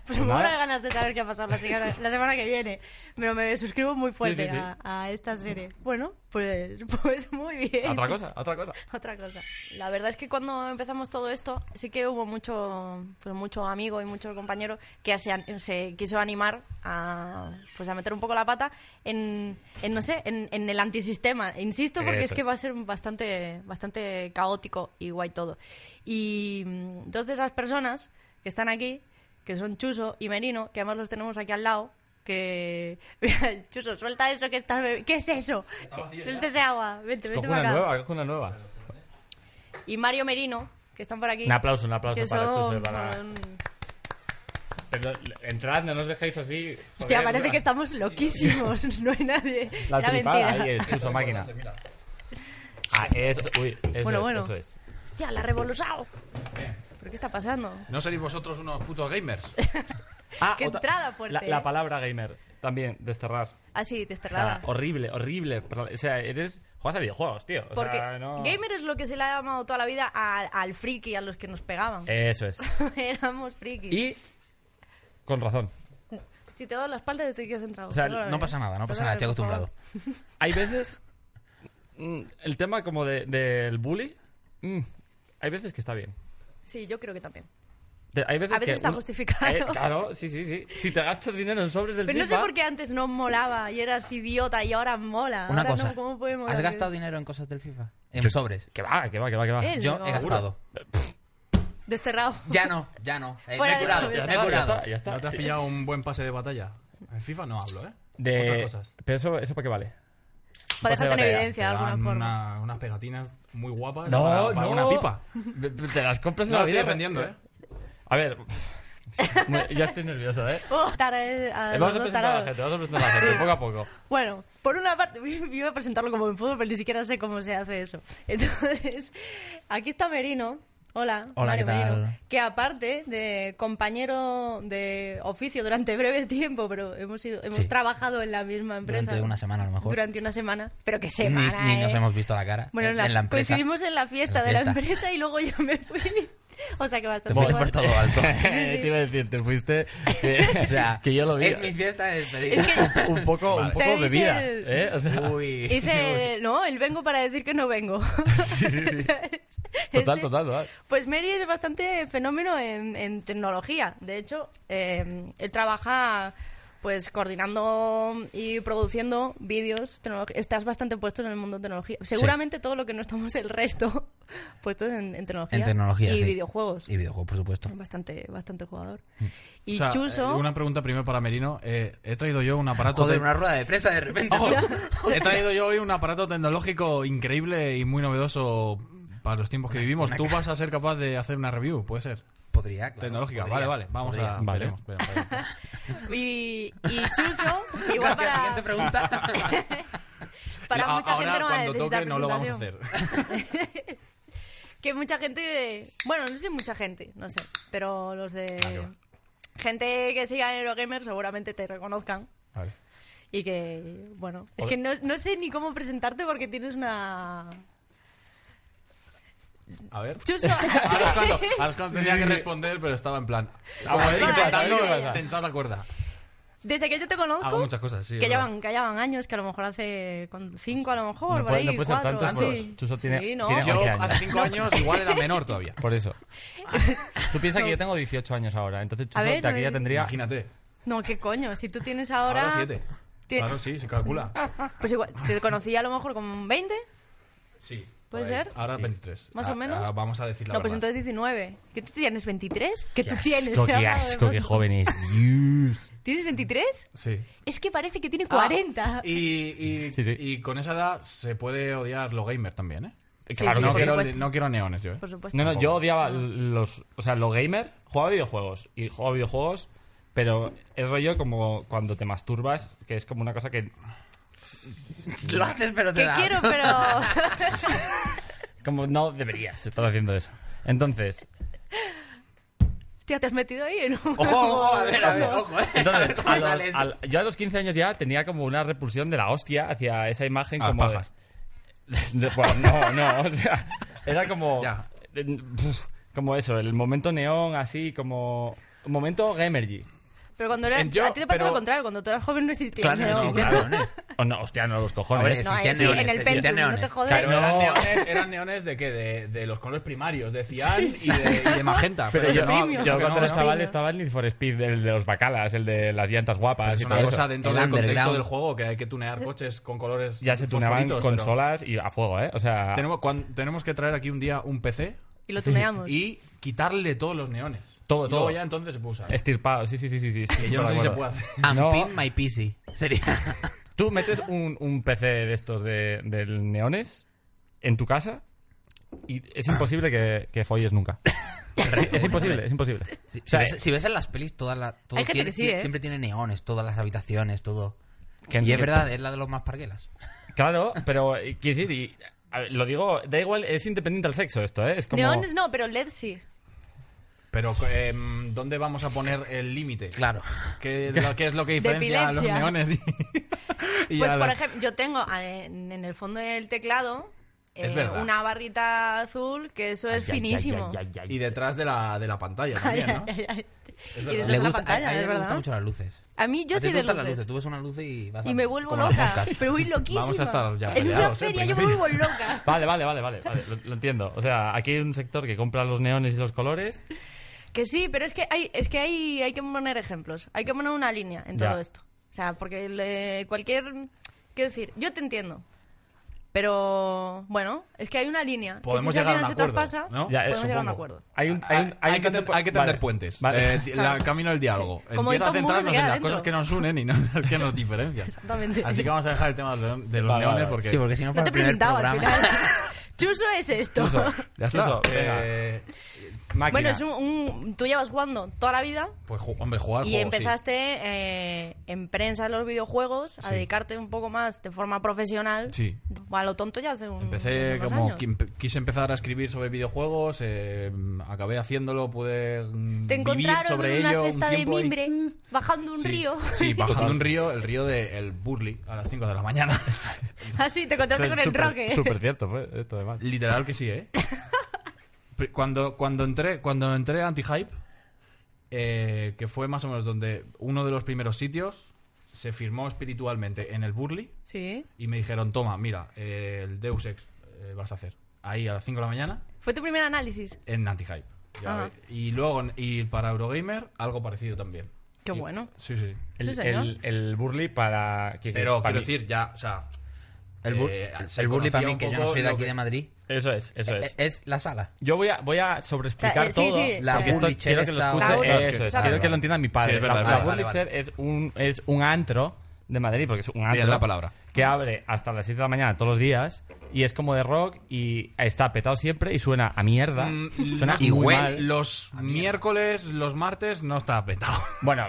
A: Pues me muero
B: Nada.
A: de ganas de saber qué ha pasado la semana, la semana que viene. Pero me suscribo muy fuerte
B: Sí, sí, sí.
A: A, a esta serie. Bueno, pues, pues muy bien.
B: otra cosa, otra cosa.
A: Otra cosa. La verdad es que cuando empezamos todo esto, sí que hubo mucho, pues mucho amigo y mucho compañero que se, an- se quiso animar a, pues a meter un poco la pata en, en, no sé, en, en el antisistema. Insisto, porque
B: Eso
A: es que
B: es.
A: va a ser bastante, bastante caótico y guay todo. Y mm, dos de esas personas que están aquí, que son Chuso y Merino, que además los tenemos aquí al lado, que... Chuso, suelta eso que estás... bebe- ¿Qué es eso? Suelta ese agua. Vente, vente
B: Coge
A: para
B: una
A: acá
B: nueva, coge una nueva.
A: y Mario Merino, que están por aquí.
B: Un aplauso, un aplauso
A: que
B: para
A: son-
B: Chuso, para-
A: son-
B: Pero entrad, no nos dejéis así.
A: Hostia,
B: joder,
A: parece
B: mira.
A: que estamos loquísimos, no hay nadie.
B: La
A: Era
B: tripada,
A: mentira.
B: ahí es, Chuso, máquina. Ah, eso, uy, eso
A: Bueno,
B: es,
A: bueno.
B: eso es.
A: Hostia, la ha revolusado. ¿Pero qué está pasando?
D: ¿No seréis vosotros unos putos gamers?
B: Ah,
A: Qué entrada fuerte,
B: La,
A: eh.
B: la palabra gamer, también, desterrar.
A: Ah, sí,
B: O sea,
A: desterrada.
B: horrible, horrible. Pero, O sea, eres... Juegas a videojuegos, tío. O
A: Porque
B: sea, no...
A: gamer es lo que se le ha llamado toda la vida al, al friki, a los que nos pegaban.
B: Eso es.
A: Éramos frikis.
B: Eh. Y... Con razón.
A: Si te doy la espalda desde que has entrado.
B: O sea,
A: Perdóname.
D: No pasa nada, no pasa nada, estoy
A: Perdóname, por
D: acostumbrado.
B: Hay veces... mm, El tema como de- del bully... mm, Hay veces que está bien.
A: favor. Sí, yo creo que también.
B: Te- Hay veces
A: A veces
B: que
A: está
B: uno-
A: justificado.
B: Eh, claro, sí, sí, sí. Si te gastas dinero en sobres del
A: Pero no sé
B: FIFA,
A: por qué antes no molaba y eras idiota y ahora mola.
D: Una
A: Ahora
D: cosa.
A: No, ¿Cómo puede molar?
D: ¿Has gastado dinero en cosas del FIFA? En sobres.
B: Que va, que va, que va, que va.
A: Él.
D: Yo
A: No.
D: he gastado.
A: Desterrado.
D: Ya no, ya no. Eh, me
A: Fuera
D: he
A: de
D: curado,
A: sobres.
D: me
B: Ya está,
D: he
B: ya
D: curado.
B: está, ya está.
E: ¿No te has
B: Sí.
E: pillado un buen pase de batalla? En FIFA no hablo, ¿eh?
B: De...
E: Otras cosas.
B: Pero eso, eso para qué vale.
A: Para dejarte
B: Pasa de
A: en
B: batalla.
A: evidencia de
E: Te dan
A: alguna forma.
E: una- unas pegatinas muy guapas para, para una pipa.
B: Te- Te las compras en
E: No
B: la
E: lo estoy
B: vida.
E: defendiendo, ¿eh?
B: A ver. me- ya estoy nervioso, ¿eh?
A: Oh, tara- eh, a los
B: Vamos a
A: dos
B: presentar a la
A: tarados.
B: gente, vamos a presentar a la gente, poco a poco.
A: Bueno, por una parte, yo iba a presentarlo como en fútbol, pero ni siquiera sé cómo se hace eso. Entonces, aquí está Merino, Hola,
D: Hola,
A: Mario
D: ¿qué tal?
A: Merino, que aparte de compañero de oficio durante breve tiempo, pero hemos sido, hemos
D: Sí.
A: trabajado en la misma empresa
D: Durante una semana, a lo mejor.
A: Durante una semana, pero que
D: Ni,
A: semana.
D: ni nos
A: ¿eh?
D: hemos visto la cara.
A: Bueno,
D: en,
A: la-
D: en la empresa.
A: coincidimos en la fiesta,
D: En la
A: de la
D: fiesta.
A: empresa y luego yo me fui. O sea que bastante
D: Te fuiste
A: guay.
D: por todo alto.
B: Te iba a decir, te fuiste. eh,
D: O sea,
B: que yo lo vi.
D: Es mi fiesta de despedida.
A: Es que
B: Un poco, un
A: Vale.
B: poco
A: Se dice
B: bebida.
A: el-
B: ¿eh? O sea,
D: Uy.
A: hice, no, el vengo para decir que no vengo.
B: sí, sí, sí. Total, total, total.
A: Pues Mary es bastante fenómeno en, en tecnología. De hecho, eh, él trabaja pues coordinando y produciendo vídeos. tecnolo- Estás bastante puesto en el mundo de tecnología. Seguramente todo lo que no estamos el resto puestos en, en tecnología.
D: En tecnología,
A: Y
D: sí.
A: videojuegos.
D: Y videojuegos, por supuesto.
A: Bastante, bastante jugador. Y
E: O sea,
A: Chuso...
E: eh, Una pregunta primero para Merino. Eh, he traído yo un aparato.
D: Joder,
E: tec-
D: una rueda de prensa de repente.
E: Ojo, he traído yo hoy un aparato tecnológico increíble y muy novedoso para los tiempos que vivimos. Tú vas a ser capaz de hacer una review, puede ser.
D: Podría, claro,
E: Tecnológica,
D: podría,
E: vale, vale. Vamos
D: podría.
E: a.
B: Vale.
E: veremos, veremos, veremos.
A: Y, y Chuso, igual
D: Gracias,
A: para,
D: siguiente pregunta.
A: para
E: A-
A: mucha
E: ahora,
A: gente no va a
E: cuando
A: necesitar
E: toque, no lo vamos a
A: presentación.
E: hacer.
A: Que mucha gente. Bueno, no sé mucha gente, no sé. Pero los de. gente que siga Eurogamer seguramente te reconozcan.
E: Vale.
A: Y que. Bueno. Es que no, no sé ni cómo presentarte porque tienes una.
E: A ver.
A: Chuso.
E: Ahora es cuando, ahora es cuando tenía que responder, pero estaba en
A: Ah,
E: plan. "Ah,
A: Vale,
E: intentando
A: vale, vale.
E: tensar la cuerda.
A: Desde que yo te
E: Hago
A: conozco.
E: muchas cosas, sí.
A: Uh, Que
E: es
A: llevan, que llevan años, que a lo mejor hace con cinco a lo mejor,
B: No
A: por
B: puede,
A: ahí,
B: no puede ser
A: cuatro,
B: tanto.
A: así.
B: pues, Chuso tiene,
A: Sí, ¿no?
B: tiene
E: verdad. Yo
B: 11
E: hace
B: años.
E: cinco años igual era menor todavía.
B: Por eso. Tú piensas que yo tengo 18 años ahora, entonces Chuso
A: A ver,
B: de aquí
A: no
B: ya
A: es-
B: tendría.
E: Imagínate.
A: No, qué coño, si tú tienes
E: Ahora
A: ahora...
E: siete.
A: Ti-
E: Claro, sí, se calcula.
A: Pues igual, te conocí a lo mejor con 20,
E: Sí.
A: ¿Puede
E: Ahí.
A: ser?
E: Ahora
B: Sí.
E: 23.
A: Más o
E: Ah,
A: menos.
E: ah, vamos a decir la
A: No, pues
E: verdad.
A: entonces 19. ¿Que tú tienes 23? ¿Que tú
B: Qué
A: tienes?
B: asco, qué
A: Ahora,
B: asco,
A: de
B: qué
A: pronto.
B: joven es.
A: ¿Tienes 23?
E: Sí.
A: Es que parece que tiene 40.
E: Ah, y, y,
B: Sí, sí.
E: y con esa edad se puede odiar lo gamer también, ¿eh?
A: Sí,
B: Claro,
A: sí,
E: no,
B: no,
A: por
E: quiero,
A: supuesto.
E: no quiero neones yo, ¿eh?
A: Por supuesto.
B: no, no, yo
E: tampoco.
B: odiaba los. O sea, lo gamer, jugaba videojuegos y jugaba videojuegos, pero es rollo como cuando te masturbas, que es como una cosa que.
D: Lo haces, pero te
A: que
D: da.
A: quiero, pero...
B: Como no deberías estar haciendo eso. Entonces,
A: Hostia, te has metido ahí en un...
D: Ojo, ojo, a ver, a ver, ojo, eh.
B: Entonces,
D: ver cómo
B: a los-
D: sale eso.
B: al- yo a los 15 años ya tenía como una repulsión de la hostia hacia esa imagen
E: A las
B: como... de-
E: pajas.
B: de- bueno, no, no, o sea, era como...
E: Ya.
B: eh, pf, como eso, el momento neón, así como... un Momento gamergy.
A: Pero cuando era...
E: Yo,
A: a ti te pasa
E: pero-
A: lo contrario, cuando tú eras joven no existía.
D: Claro,
A: ¿no?
D: no existían neones.
B: O Oh, no, hostia, no, los
D: A ver,
B: cojones.
A: No,
D: existían
A: ahí sí, en
D: neones,
A: el
D: existían
A: Pentium, no te
D: neones.
A: jodas.
E: Pero
B: No.
E: eran, neones, eran neones de qué? De, de los colores primarios, de cian y, de, y de magenta.
B: pero yo,
E: no,
A: premium.
B: yo
E: pero
B: cuando
E: no,
B: era
E: no.
B: chaval
A: Premium.
B: estaba en Need for Speed, el de los bacalas, el de las llantas guapas
E: Es
B: y
E: una
B: todo
E: cosa
B: eso.
E: dentro
D: El
E: del contexto
D: underground.
E: del juego, que hay que tunear coches con colores
B: Ya se tuneaban
E: fosforitos, pero-
B: consolas y a fuego, ¿eh? O sea...
E: Tenemos, cuan- tenemos que traer aquí un día un PC
A: Y lo tuneamos.
E: y quitarle todos los neones.
B: Todo,
E: Y luego
B: todo. Este.
E: ya entonces se puede usar.
B: Estirpado, sí, sí, sí, sí. sí,
E: Que yo no
B: súper
E: sé si
B: de
E: se
B: acuerdo.
E: puede hacer.
B: No.
D: Unpin my PC. Sería.
B: Tú metes un, un PC de estos de, del neones en tu casa y es imposible que, que folles nunca. es imposible, es imposible.
D: Si, si
B: O sea,
D: ves, si ves en las pelis, todas las. todo
A: Hay gente
D: tiene-
A: que sí, ¿eh?
D: Siempre tiene neones, todas las habitaciones, todo.
B: Que-
D: y es
B: que-
D: verdad, es la de los más parguelas.
B: Claro, pero eh, quiero decir, y, a ver, lo digo, da igual, es independiente al sexo esto, ¿eh? Es como...
A: Neones no, pero LED sí.
E: Pero, em, ¿dónde vamos a poner el límite?
D: Claro.
E: ¿Qué, es lo- qué es lo que diferencia a los
A: epilepsia.
E: neones? Y, y
A: Pues
E: a
A: por
E: los-
A: ejemplo, yo tengo ah, en, en el fondo del teclado
E: Es
A: eh,
E: verdad.
A: una barrita azul que eso es finísimo.
E: y detrás de la, de la pantalla también, ¿no?
A: Ay, ay, ay.
E: Es
A: Y detrás
E: verdad.
D: Le
A: de la
D: gusta, a, a
A: pantalla,
D: ella
A: es
D: le gustan
A: verdad.
D: mucho las luces.
A: A mí yo
D: a ti
A: soy
D: te
A: de
D: gustan las
A: luces.
D: luces. Tú ves una luz y vas a-
A: Y me vuelvo
D: como las
A: loca.
D: moscas.
A: Pero voy loquísima.
E: Vamos a estar ya
A: En una
E: peleados, eh,
A: feria yo me
E: primero.
A: vuelvo loca.
B: Vale, vale, vale, vale, vale, lo, lo entiendo. O sea, aquí hay un sector que compra los neones y los colores.
A: Que sí, pero es que hay, es que hay, hay que poner ejemplos. Hay que poner una línea en
B: Ya.
A: todo esto. O sea, porque le- cualquier... Quiero decir, yo te entiendo. Pero, bueno, es que hay una línea. que
E: Podemos
A: si esa
E: llegar
A: línea
E: a un
A: se
E: acuerdo,
A: traspasa,
E: ¿no?
B: Ya, eh,
A: podemos llegar a un
E: supongo.
A: acuerdo.
B: Hay un, hay un- hay
E: Hay
B: un
E: que,
B: tanto-
E: ten- hay que tender
B: vale.
E: puentes.
B: Vale.
E: Eh, la- camino del diálogo.
A: Como
E: Empieza a
A: Tom Burns
E: centrarnos
A: se
E: en
A: queda
E: las
A: dentro.
E: cosas que nos unen y no en las que nos diferencian.
A: Exactamente.
E: Así que vamos a dejar el tema de los de los
B: Vale,
E: neones
B: vale.
E: porque...
D: Sí, porque si no,
A: No
D: para
A: te
D: el primer
A: presentaba al
D: programa.
A: final. Chuso es esto.
B: Ya está.
E: Chuso,
B: Venga.
E: eh,
B: Máquina.
A: Bueno, es un, un- tú llevas jugando toda la vida
E: pues, ju- hombre, jugar
A: y
E: juego, sí.
A: empezaste eh, en prensa de los videojuegos a
E: Sí.
A: dedicarte un poco más de forma profesional.
E: Sí.
A: A lo tonto ya hace un,
E: Empecé
A: unos
E: como
A: años.
E: quim- quise empezar a escribir sobre videojuegos, eh, acabé haciéndolo, pude mm,
A: Te
E: vivir
A: encontraron
E: sobre
A: en una
E: ello un
A: cesta de
E: tiempo y- Mm.
A: mimbre bajando un
E: Sí,
A: río.
E: Sí, bajando un río, el río de El Burley a las 5 de la mañana.
A: Así, Ah, te encontraste con el
B: Súper-
A: roque.
B: Súper cierto, fue esto además.
E: Literal que sí, ¿eh? Pri- Cuando, cuando entré, cuando entré a Anti-Hype, eh, que fue más o menos donde uno de los primeros sitios se firmó espiritualmente en el Burley
A: Sí.
E: y me dijeron, toma, mira, eh, el Deus Ex eh, vas a hacer. Ahí a las 5 de la mañana
A: Fue tu primer análisis.
E: en Anti-Hype. Ya
A: Ajá.
E: ve- Y luego, en- y para Eurogamer, algo parecido también.
A: Qué
E: Y-
A: bueno.
E: Sí, sí.
A: Sí,
B: El,
A: señor.
B: el, el Burley para. que-
E: Pero
B: para
E: quiero
B: mí-
E: decir, ya, o sea...
D: El, bur-
E: eh, se
D: el Burly
E: conocía
D: para mí,
E: un
D: que yo no
E: poco
D: soy de
E: lo
D: aquí
E: que-
D: de Madrid,
B: Eso es,
E: eh,
B: eso
D: e-
B: es.
D: es, la sala.
B: Yo voy a, voy a sobreexplicar
A: O sea, eh, sí,
B: todo.
A: sí,
B: porque
D: La
B: esto
D: Burlicher
B: quiero que lo
D: está-
B: escuche.
A: La Burlicher.
B: eso es,
A: Claro.
B: quiero que lo entienda mi padre.
E: Sí, es verdad,
B: la
E: es
B: la
E: verdad.
B: Burlicher es, un, es un antro de Madrid, porque es un antro.
E: Tienes la palabra.
B: Que abre hasta las 7 de la mañana todos los días y es como de rock y está petado siempre y suena a mierda.
E: Mm,
B: suena
D: y
B: muy
D: huele.
B: mal.
E: Los miércoles, los martes, no está petado.
B: Bueno,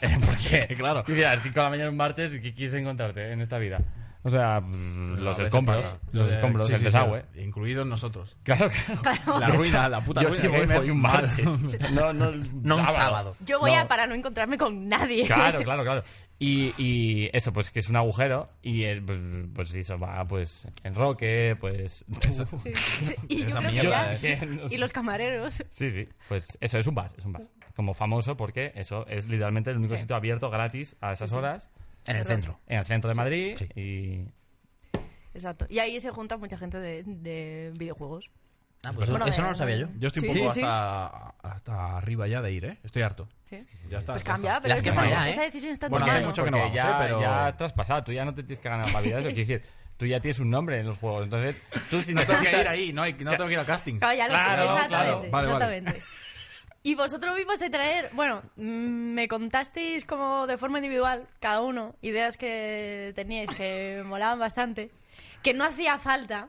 B: eh, porque
E: Claro.
B: Y mira, 5 de la mañana un martes, ¿qué quieres encontrarte en esta vida? O sea, mm, los
E: A veces
B: escombros,
E: pasa.
B: los
E: Eh,
B: escombros,
E: sí,
B: el
E: sí,
B: desagüe.
E: sí, Incluidos nosotros.
B: Claro, claro.
E: La ruina, la puta
B: Yo
E: ruina
B: sí voy
E: gamer.
B: hoy un martes. No, no,
D: No un sábado.
A: Yo voy a
B: No.
A: para no encontrarme con nadie.
B: Claro, claro, claro. Y, y eso, pues que es un agujero y eh, pues, pues sí, eso va pues en roque, pues... eso.
A: y yo
E: Esa
A: creo que ya-
E: mierda, eh.
B: Bien, o sea.
A: Y los camareros.
B: Sí, sí, pues eso es un bar, es un bar. Como famoso porque eso es literalmente el único
A: Sí.
B: sitio abierto gratis a esas horas
D: En el centro.
B: en el centro de Madrid
D: Sí.
B: y...
A: Exacto. Y ahí se junta mucha gente de, de videojuegos.
D: Ah, pues
A: Bueno, eh,
D: eso,
A: de-
D: eso no lo sabía yo.
E: Yo estoy un
A: Sí,
E: poco
A: sí, sí.
E: hasta, hasta arriba ya de ir, ¿eh? Estoy harto.
A: ¿sí?
E: Ya está.
A: Pues
E: ya
A: cambia,
E: está.
A: pero
D: Las
A: es que
D: que
A: está-
D: vaya, ¿eh?
A: esa decisión está en
E: Bueno,
A: tu
E: hace
A: mano.
E: mucho que no
B: Porque
E: vamos,
B: ya,
E: ¿eh? Pero-
B: ya has traspasado, tú ya no te tienes que ganar la vida de eso. Quiero decir, tú ya tienes un nombre en los juegos, entonces tú si
E: No tengo que ir
B: necesitas-
E: ahí, no, hay, no tengo que ir al casting.
A: Claro, Ah, ya lo-
B: Claro,
A: exactamente.
E: claro. Vale, vale.
A: exactamente. Y vosotros mismos de traer, bueno, mm, me contasteis como de forma individual, cada uno, ideas que teníais que me molaban bastante, que no hacía falta,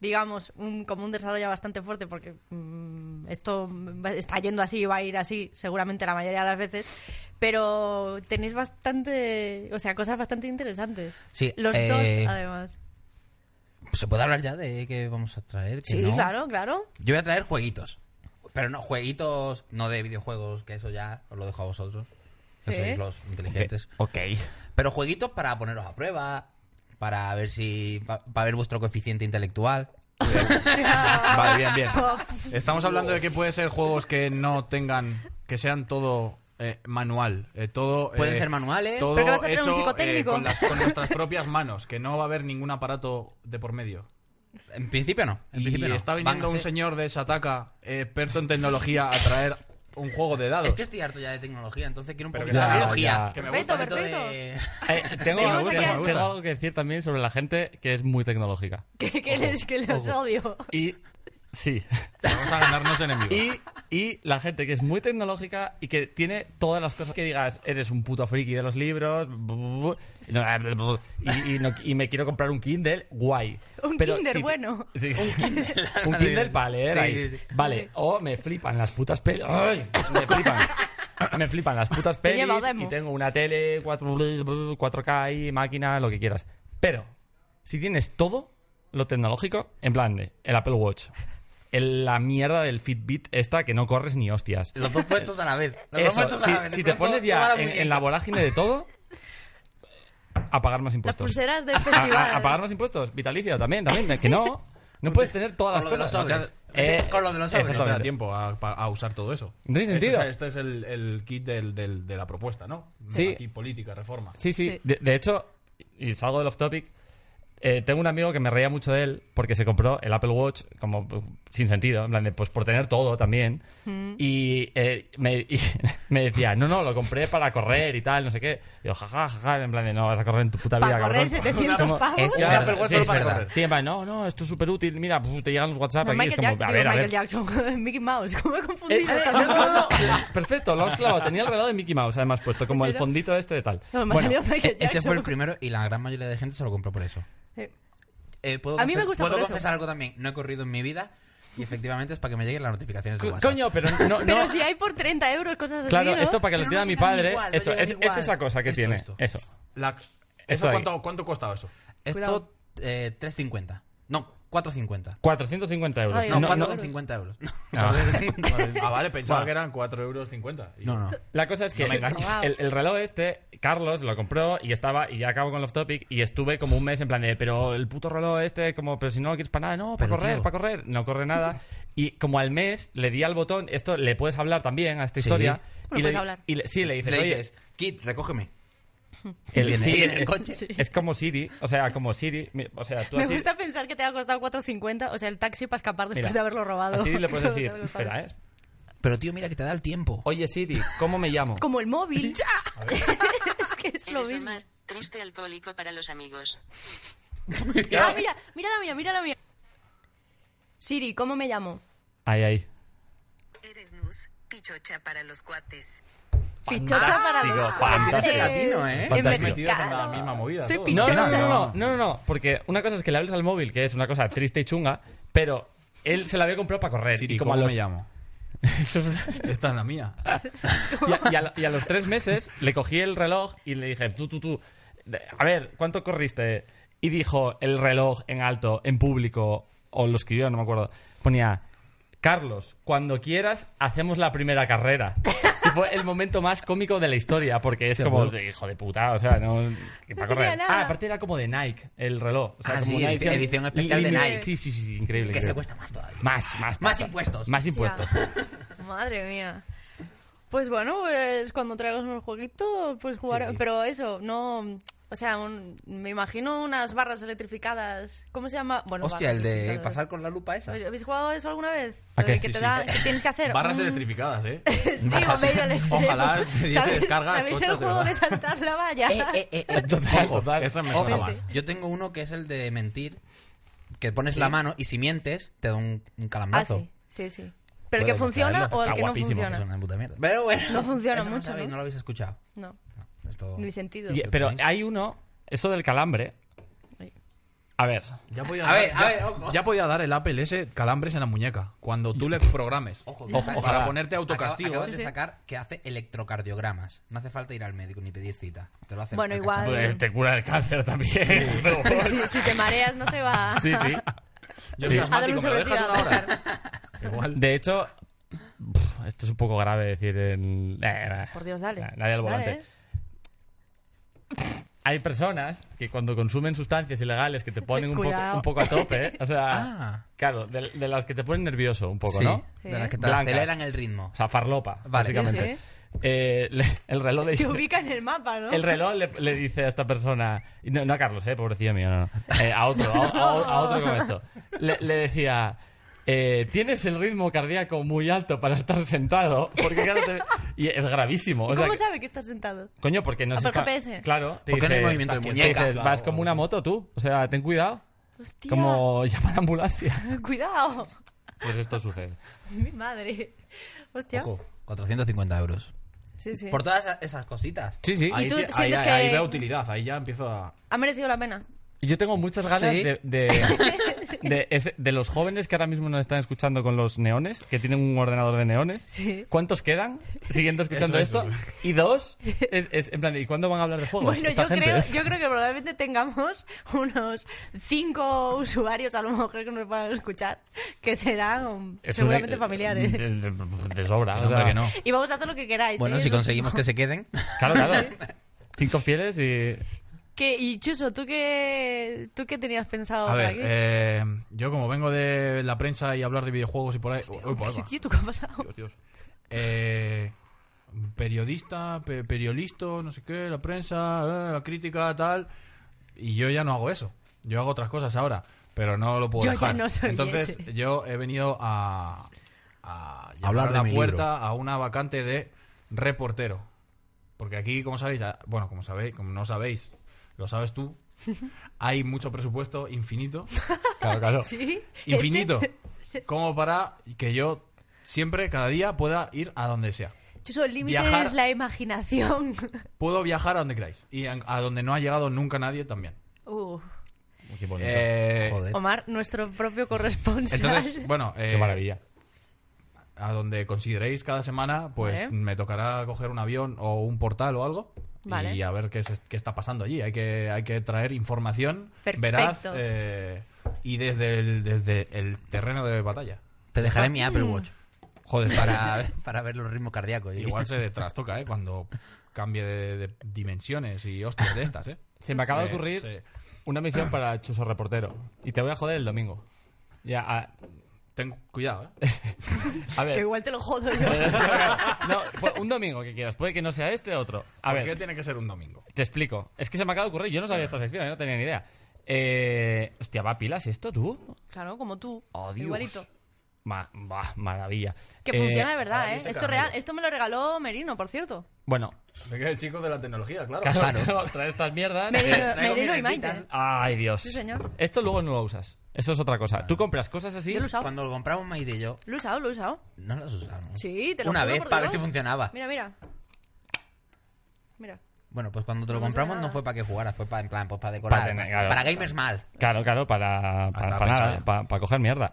A: digamos, un, como un desarrollo bastante fuerte, porque mm, esto va- está yendo así y va a ir así, seguramente la mayoría de las veces, pero tenéis bastante, o sea, cosas bastante interesantes.
D: Sí,
A: Los
D: eh,
A: dos, además.
D: ¿Se puede hablar ya de qué vamos a traer? que
A: Sí,
D: no?
A: claro, claro.
D: Yo voy a traer jueguitos. Pero no, jueguitos no de videojuegos, que eso ya os lo dejo a vosotros. Que
A: Sí.
D: sois los inteligentes.
B: Ok.
E: Eh,
D: Pero jueguitos para poneros a prueba, para ver si. pa- para ver vuestro coeficiente intelectual.
E: Vale, bien, bien. Estamos hablando de que puede ser juegos que no tengan, que sean todo eh, manual, eh, todo. eh,
D: Pueden ser manuales.
E: Todo
A: ¿Pero qué vas a traer, un
E: hecho,
A: psicotécnico?
E: eh, con, las- con nuestras propias manos, que no va a haber ningún aparato de por medio.
D: En principio no. En
E: Y
D: principio no.
E: está
D: Van
E: viniendo
D: a
E: un
D: ser-
E: señor de Shataka, eh, experto en tecnología, a traer un juego de dados.
D: Es que estoy harto ya de tecnología, entonces quiero un
E: Pero
D: poquito
E: que
D: de
E: está-
D: biología.
E: que me
A: Perfecto,
E: gusta.
D: Un poquito
A: perfecto.
D: de-
B: tengo,
A: Vamos a
B: tengo-
A: quedar-
B: tengo algo que decir también sobre la gente que es muy tecnológica.
A: Que, que les, que los odio.
B: Y. Sí.
E: Vamos a ganarnos enemigos.
B: Y, y la gente que es muy tecnológica y que tiene todas las cosas que digas, eres un puto friki de los libros, bu- bu- bu- y, y no- y me quiero comprar un Kindle, guay.
A: Un Kindle
B: si-
A: bueno.
B: sí. un Kindle. para leer.
D: Sí,
B: ahí.
D: sí, sí.
B: Vale, o me flipan las putas pelis. ¡Ay! Me flipan. Me flipan las putas
A: Te
B: pelis
A: lleva demo.
B: y tengo una tele, 4, 4K y máquina, lo que quieras. Pero, si tienes todo lo tecnológico, en plan de el Apple Watch, el- la mierda del Fitbit esta que no corres ni hostias.
D: Los dos puestos a la vez. Los
B: Eso,
D: dos puestos
B: si,
D: a la vez.
B: si
D: De
B: te
D: pronto,
B: pones
D: toma
B: ya en,
D: muñeca.
B: en la vorágine de todo, a pagar más
A: Las
B: impuestos.
A: pulseras del
B: A, a-
A: festival.
B: a pagar más impuestos, vitalicio también, también, que no. No puedes tener todas las
D: Con lo de los
B: cosas. No te
D: sobres.
B: hace-
D: Vete con lo de los sobres.
E: no te da
B: Exactamente.
E: tiempo a, pa- a usar todo eso.
B: No tiene
E: Este
B: sentido.
E: es- Este es, el, el kit del- del- de la propuesta, ¿no?
B: Sí.
E: Aquí, política, reforma.
B: Sí, sí.
A: Sí.
B: De, de hecho, y salgo del off topic, eh, tengo un amigo que me reía mucho de él porque se compró el Apple Watch como uh, sin sentido, en plan de, pues por tener todo también.
A: Mm.
B: Y, eh, me, y me decía, no, no, lo compré para correr y tal, no sé qué. Y yo, jaja, jaja, en plan de, no, vas a correr en tu puta
A: Para
B: vida,
A: correr
B: cabrón".
A: 700
B: Como-
A: pavos.
D: Es
B: Ya,
D: verdad,
B: Apple Watch
D: sí,
B: solo
D: es
B: para
D: verdad.
B: correr. Sí, en plan, no, no, esto es súper útil, mira, puf, te llegan los WhatsApp
A: No,
B: aquí, es
A: Michael,
B: como,
A: Jack-
B: a
A: digo,
B: ver, a
A: Michael
B: ver.
A: Jackson, Mickey Mouse, ¿cómo me he
B: Eh,
A: confundido?
B: eh, no, no, no. Perfecto, lo has clavado. Tenía el reloj de Mickey Mouse, además, puesto como el
A: ¿Será?
B: fondito este de tal.
A: No, me ha
B: Bueno,
A: salido Michael
D: E- Ese
A: Jackson.
D: fue el primero y la gran mayoría de gente se lo compró por eso.
A: Eh,
D: Eh, eh, puedo
A: A mí me
D: confes-
A: gusta
D: puedo
A: por eso.
D: confesar algo también. No he corrido en mi vida y efectivamente es para que me lleguen las notificaciones de
B: Co-
D: WhatsApp.
B: Coño, pero no. no-
A: Pero si hay por 30 euros, cosas así.
B: claro,
A: ¿no?
B: esto para que lo
F: Pero no
B: entienda mi
F: llegan
B: padre.
F: igual, no
B: eso, es,
F: llegan
B: es
F: igual.
B: esa cosa que
D: Esto,
B: tiene.
D: esto.
B: Eso.
E: La-
B: Esto
E: ¿eso
B: ahí.
E: cuánto, cuánto costaba eso?
A: Cuidado.
D: Esto, eh, 3.50. No, 4.50.
B: 450 euros.
A: Ay,
D: No,
A: No, no.
D: 4.50 euros. No,
B: Ah.
D: 4,50.
E: Ah, vale, pensaba
B: Bueno.
E: que eran 4,50 euros. cincuenta. Y-
D: no, no.
B: La cosa es que
D: No me engañes.
B: el, el reloj este, Carlos lo compró y estaba, y ya acabo con el off topic, y estuve como un mes en plan de, pero el puto reloj este, como, pero si no lo quieres para nada, no, para
D: Pero,
B: correr,
D: tío.
B: para correr, no corre nada. Y como al mes le di al botón, esto le puedes hablar también a esta
D: Sí.
B: historia.
A: Bueno,
B: y
A: puedes
B: le,
A: hablar.
B: y le- sí, le dices,
D: Le
B: oye,
D: dices, Kit, recógeme.
B: el
D: viene-
B: Siri
D: viene el
B: es,
D: coche.
B: es como Siri, o sea, como Siri, mi- o sea, tú
A: Me
B: a Siri-
A: gusta pensar que te ha costado 4.50, o sea, el taxi para escapar después
B: mira,
A: de haberlo robado.
B: A Siri le puedes
A: Eso te
B: decir,
A: ha costado.
B: espera, ¿eh?
D: Pero tío, mira que te da el tiempo.
B: Oye Siri, ¿cómo me llamo?
A: Como el móvil. es que es lo
F: Eres
A: mismo.
F: Omar, triste alcohólico para los amigos.
A: Ah, mira, mira la mía, mira la mía. Siri, ¿cómo me llamo?
B: Ahí, ahí.
F: Eres Nus, pichocha para los cuates.
A: Pichocha para los
B: Fantástico,
A: cuates.
D: Tienes Ah, el latino, ¿eh?
A: En
B: Fantástico.
E: Metidos en la
A: mexicano.
E: misma movida.
A: Soy
E: todo.
A: pinche.
B: No, no, no,
A: Chunga.
B: no, no, no, no, porque una cosa es que le hables al móvil, que es una cosa triste y chunga, pero él se la había comprado para correr.
E: Siri,
B: y como
E: ¿cómo
B: a los...
E: me llamo?
B: Eso es-
E: Esta es la mía.
B: Ah, y, a, y a lo- y a los tres meses le cogí el reloj y le dije, tú, tú, tú, de- a ver, ¿cuánto corriste? Y dijo el reloj en alto, en público, o lo escribió, no me acuerdo, ponía, Carlos, cuando quieras, hacemos la primera carrera. Y fue el momento más cómico de la historia, porque es
D: Sí,
B: como,
D: bro.
B: de, hijo de puta, o sea, no... que para
A: No tenía
B: correr.
A: nada.
B: Ah, aparte era como de Nike, el reloj. O sea,
D: Ah,
B: como
D: sí,
B: una
D: edici- edición especial de
B: limi-
D: Nike.
B: Sí, sí, sí, sí, increíble.
D: Que se
B: increíble.
D: cuesta más todavía.
B: Más, más.
D: Más
B: pasta.
D: impuestos.
B: Más impuestos.
A: Madre mía. Pues bueno, pues cuando traigas unos jueguitos, pues jugar.
D: Sí.
A: Pero eso, no. O sea, un- me imagino unas barras electrificadas. ¿Cómo se llama? Bueno,
D: Hostia,
A: barras
D: el de
A: electrificadas.
D: pasar con la lupa esa.
A: ¿Habéis- ¿Habéis jugado eso alguna vez?
B: ¿A
A: Lo de
B: qué?
A: Que
E: Sí,
A: te
E: sí.
A: da, que tienes que hacer.
E: Barras
A: un-
E: electrificadas, ¿eh?
A: Sí, o medio electric-
E: Ojalá te diese
A: ¿Sabéis-
E: descarga al
A: ¿Sabéis
E: coche,
A: el
E: de
A: juego de
E: verdad?
A: saltar la valla?
D: Eh, eh, eh, eh.
B: Total,
D: Ojo,
B: total.
E: Esa me
D: Ojo,
E: suena más.
D: yo tengo uno que es el de mentir, que pones la mano y si mientes te da un, un
A: Ah,
D: calambrazo.
A: sí, sí, sí. ¿Pero el
D: Puedo
A: que funciona
D: mostrarlo,
A: o el
B: está
A: que no
B: guapísimo,
D: Eso es
A: funciona?
D: una puta mierda. Pero bueno,
A: No funciona
D: eso
A: mucho,
D: sabéis,
A: ¿no?
D: lo habéis escuchado.
A: No,
D: Es todo-
A: ni sentido.
B: Y-
D: ¿Lo
B: pero
D: tenéis?
B: hay uno, eso del calambre. A ver,
E: Ya podía,
D: A ver,
E: dar,
D: a ver,
E: ya-
D: ojo.
E: ya podía dar el Apple ese calambres en la muñeca. Cuando tú le programes.
D: Ojo,
B: Ojo,
D: para
B: ojalá.
E: ponerte autocastigo.
D: Acabas de sacar que hace electrocardiogramas. No hace falta ir al médico ni pedir cita. Te lo hace
A: Bueno,
D: el
A: igual.
B: Pues te cura el cáncer también. Pero-
A: Pero si, si te mareas no se va.
B: sí, sí.
E: Yo
B: Sí.
E: soy
B: Ha
A: dado un
E: asmático, ¿me lo dejas
A: sobretío,
E: una hora? Igual.
B: De hecho, pf, esto es un poco grave decir en... eh,
A: Por Dios, dale.
B: nah, Nadie
A: Dale,
B: al volante.
A: ¿eh?
B: Hay personas que cuando consumen sustancias ilegales que te ponen un, poco-
A: Cuidado.
B: un poco a tope, o sea,
D: Ah.
B: claro, de, de las que te ponen nervioso un poco,
D: Sí,
B: ¿no?
A: Sí.
D: de las que te
B: Blanca.
D: aceleran el ritmo.
B: O sea, farlopa,
D: Vale.
B: básicamente.
A: Sí,
B: Eh, le- el reloj le
A: Te
B: dice-
A: ubica en el mapa, ¿no?
B: El reloj le, le dice a esta persona, y no, no a Carlos, eh, pobrecillo mío, no, no. Eh, a otro, a, a- a otro como esto. Le, le decía, eh, tienes el ritmo cardíaco muy alto para estar sentado, porque claro, te- y es gravísimo. O sea,
A: ¿Cómo
B: que-
A: sabe que estás sentado?
B: coño, porque no
A: Ah,
B: se
A: por
B: está-
A: GPS.
B: Claro, te
D: Porque no hay
B: dice-
D: movimiento de
B: te
D: muñeca.
B: dice, vas como una moto tú, o sea, ten cuidado,
A: Hostia,
B: como llamar a ambulancia.
A: cuidado.
B: Pues esto sucede.
A: Mi madre. Hostia.
D: Ojo, 450 euros.
A: Sí, sí.
D: Por todas esas- esas cositas.
B: Sí, sí.
A: Y
E: Ahí,
A: tú
E: te-
A: te
E: ahí-
A: sientes
E: ahí-
A: que-
E: ahí veo utilidad, ahí ya empiezo a...
A: Ha merecido la pena.
B: Yo tengo muchas ganas
D: Sí.
B: de, de, de ese- de los jóvenes que ahora mismo nos están escuchando con los neones, que tienen un ordenador de neones.
A: Sí.
B: ¿Cuántos quedan siguiendo escuchando
E: Eso,
B: esto? Y dos, es, es en plan, ¿y cuándo van a hablar de juegos?
A: Bueno,
B: esta
A: yo
B: gente?
A: creo,
B: Es-
A: yo creo que probablemente tengamos unos cinco usuarios, a lo mejor que nos van a escuchar, que serán
B: es
A: seguramente ¿eh?
B: una-
A: familiares.
B: De, de- de sobra, o
E: No, hombre,
B: sea,
E: que no.
A: Y vamos a hacer lo que queráis.
D: Bueno,
A: ¿eh?
D: si
A: Eso-
D: conseguimos que se queden.
B: Claro, claro. Cinco fieles y...
A: Que- y Chuso, ¿tú qué, ¿tú qué tenías pensado
E: A
A: por
E: ver,
A: aquí?
E: eh, yo como vengo de la prensa y hablar de videojuegos y por ahí... Uy, por
A: ¿Qué,
E: ahí va.
A: tío, ¿tú qué ha pasado?
E: Dios, Dios. Eh, periodista, pe- periodista, no sé qué, la prensa, eh, la crítica, tal. Y yo ya no hago eso. Yo hago otras cosas ahora, pero no lo puedo
A: Yo ya
E: dejar.
A: no soy
E: Entonces
A: ese.
E: yo he venido a, a llamar
D: Hablar
E: a
D: de
E: la
D: mi
E: puerta
D: libro.
E: a una vacante de reportero. Porque aquí, como sabéis, a- bueno, como sabéis, como no sabéis, lo sabes tú, hay mucho presupuesto infinito.
B: Claro, claro.
A: ¿Sí?
E: Infinito. Como para que yo siempre, cada día, pueda ir a donde sea.
A: Chuso, el límite
E: Viajar-
A: es la imaginación.
E: Puedo viajar a donde queráis. Y a a donde no ha llegado nunca nadie también.
A: Uh.
B: qué bonito.
E: Eh,
D: Joder.
A: Omar, nuestro propio corresponsal.
E: Entonces, bueno,
B: qué
E: eh,
B: maravilla.
E: a donde consideréis cada semana, pues
A: Vale.
E: me tocará coger un avión o un portal o algo.
A: Vale.
E: Y a ver qué, se- qué está pasando allí. Hay que, hay que traer información
A: Perfecto.
E: veraz eh, y desde el, desde el terreno de batalla.
D: Te dejaré mi Apple Watch
E: Joder, para...
D: para, para ver los ritmos cardíacos.
E: Igual se trastoca, ¿eh? Cuando cambie de, de dimensiones y hostias de estas, ¿eh?
B: Se me acaba de
E: Eh,
B: ocurrir
E: sí.
B: una misión para Choso Reportero. Y te voy a joder el domingo. Ya, a,
E: Ten cuidado, ¿eh?
B: a ver.
A: Que igual te lo jodo yo.
B: No, pu- un domingo que quieras. Puede que no sea este otro. A
E: ¿Por
B: ver.
E: qué tiene que ser un domingo?
B: Te explico. Es que se me acaba de ocurrir. Yo no sabía esta sección, eh, no tenía ni idea. Eh, hostia, ¿va a pilas esto tú?
A: Claro, como tú.
B: Oh, Dios.
A: Igualito.
B: Ma- bah, maravilla.
A: Que
B: Eh,
A: funciona de verdad,
E: joder,
A: ¿eh?
E: ese
A: Esto es
E: caramelo.
A: real. Esto me lo regaló Merino, por cierto.
B: Bueno,
E: Se queda el chico de la tecnología, claro.
B: claro, trae estas mierdas.
A: Merino, Eh,
D: traigo
A: Merino y
D: mis
A: Maite.
D: recetas.
B: Ay, Dios.
A: Sí, señor.
B: Esto luego no lo usas. Eso es otra cosa. Tú compras cosas así.
A: Yo lo he usado.
D: Cuando lo compramos Maite y yo,
A: Lo he usado, lo he usado.
D: no las usamos.
A: Sí, te lo
D: Una
A: juro
D: vez
A: por
D: para ver
A: Dios.
D: si funcionaba.
A: Mira, mira. Mira.
D: Bueno, pues cuando te lo
A: No sé
D: compramos no
A: nada.
D: fue para que jugaras, fue para en plan, pues para decorar.
B: Para
D: Para,
B: tener, claro.
D: gamers mal.
B: Claro, Ah, claro, para, para,
E: Hasta
B: para nada,
E: pensar.
B: para, para coger mierda.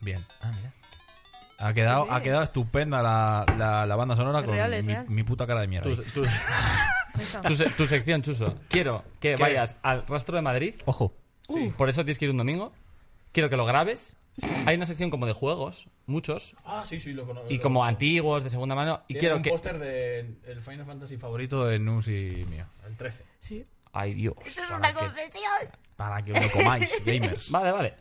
E: Bien.
D: Ah, mira.
E: Ha quedado,
A: Qué
E: ha
A: bien.
E: quedado estupenda la, la, la banda sonora
A: Es
E: con
A: real, es
E: mi,
A: real.
E: mi puta cara de mierda.
B: Tu, tu-
A: Ahí está.
B: tu se- tu sección, Chuso. Quiero que
E: ¿Qué?
B: vayas al rastro de Madrid.
D: Ojo.
B: Sí. Por eso tienes que ir un domingo. Quiero que lo grabes. Hay una sección como de juegos, muchos,
E: Ah, sí, sí, lo conozco.
B: y como antiguos, de segunda mano. Y quiero que.
E: del Final Fantasy favorito de Nus y mío, el 13.
A: Sí.
B: Ay, Dios.
A: Esto es
E: Para
A: una
E: que-
A: confesión.
E: Para que os lo comáis, gamers.
B: Vale, vale.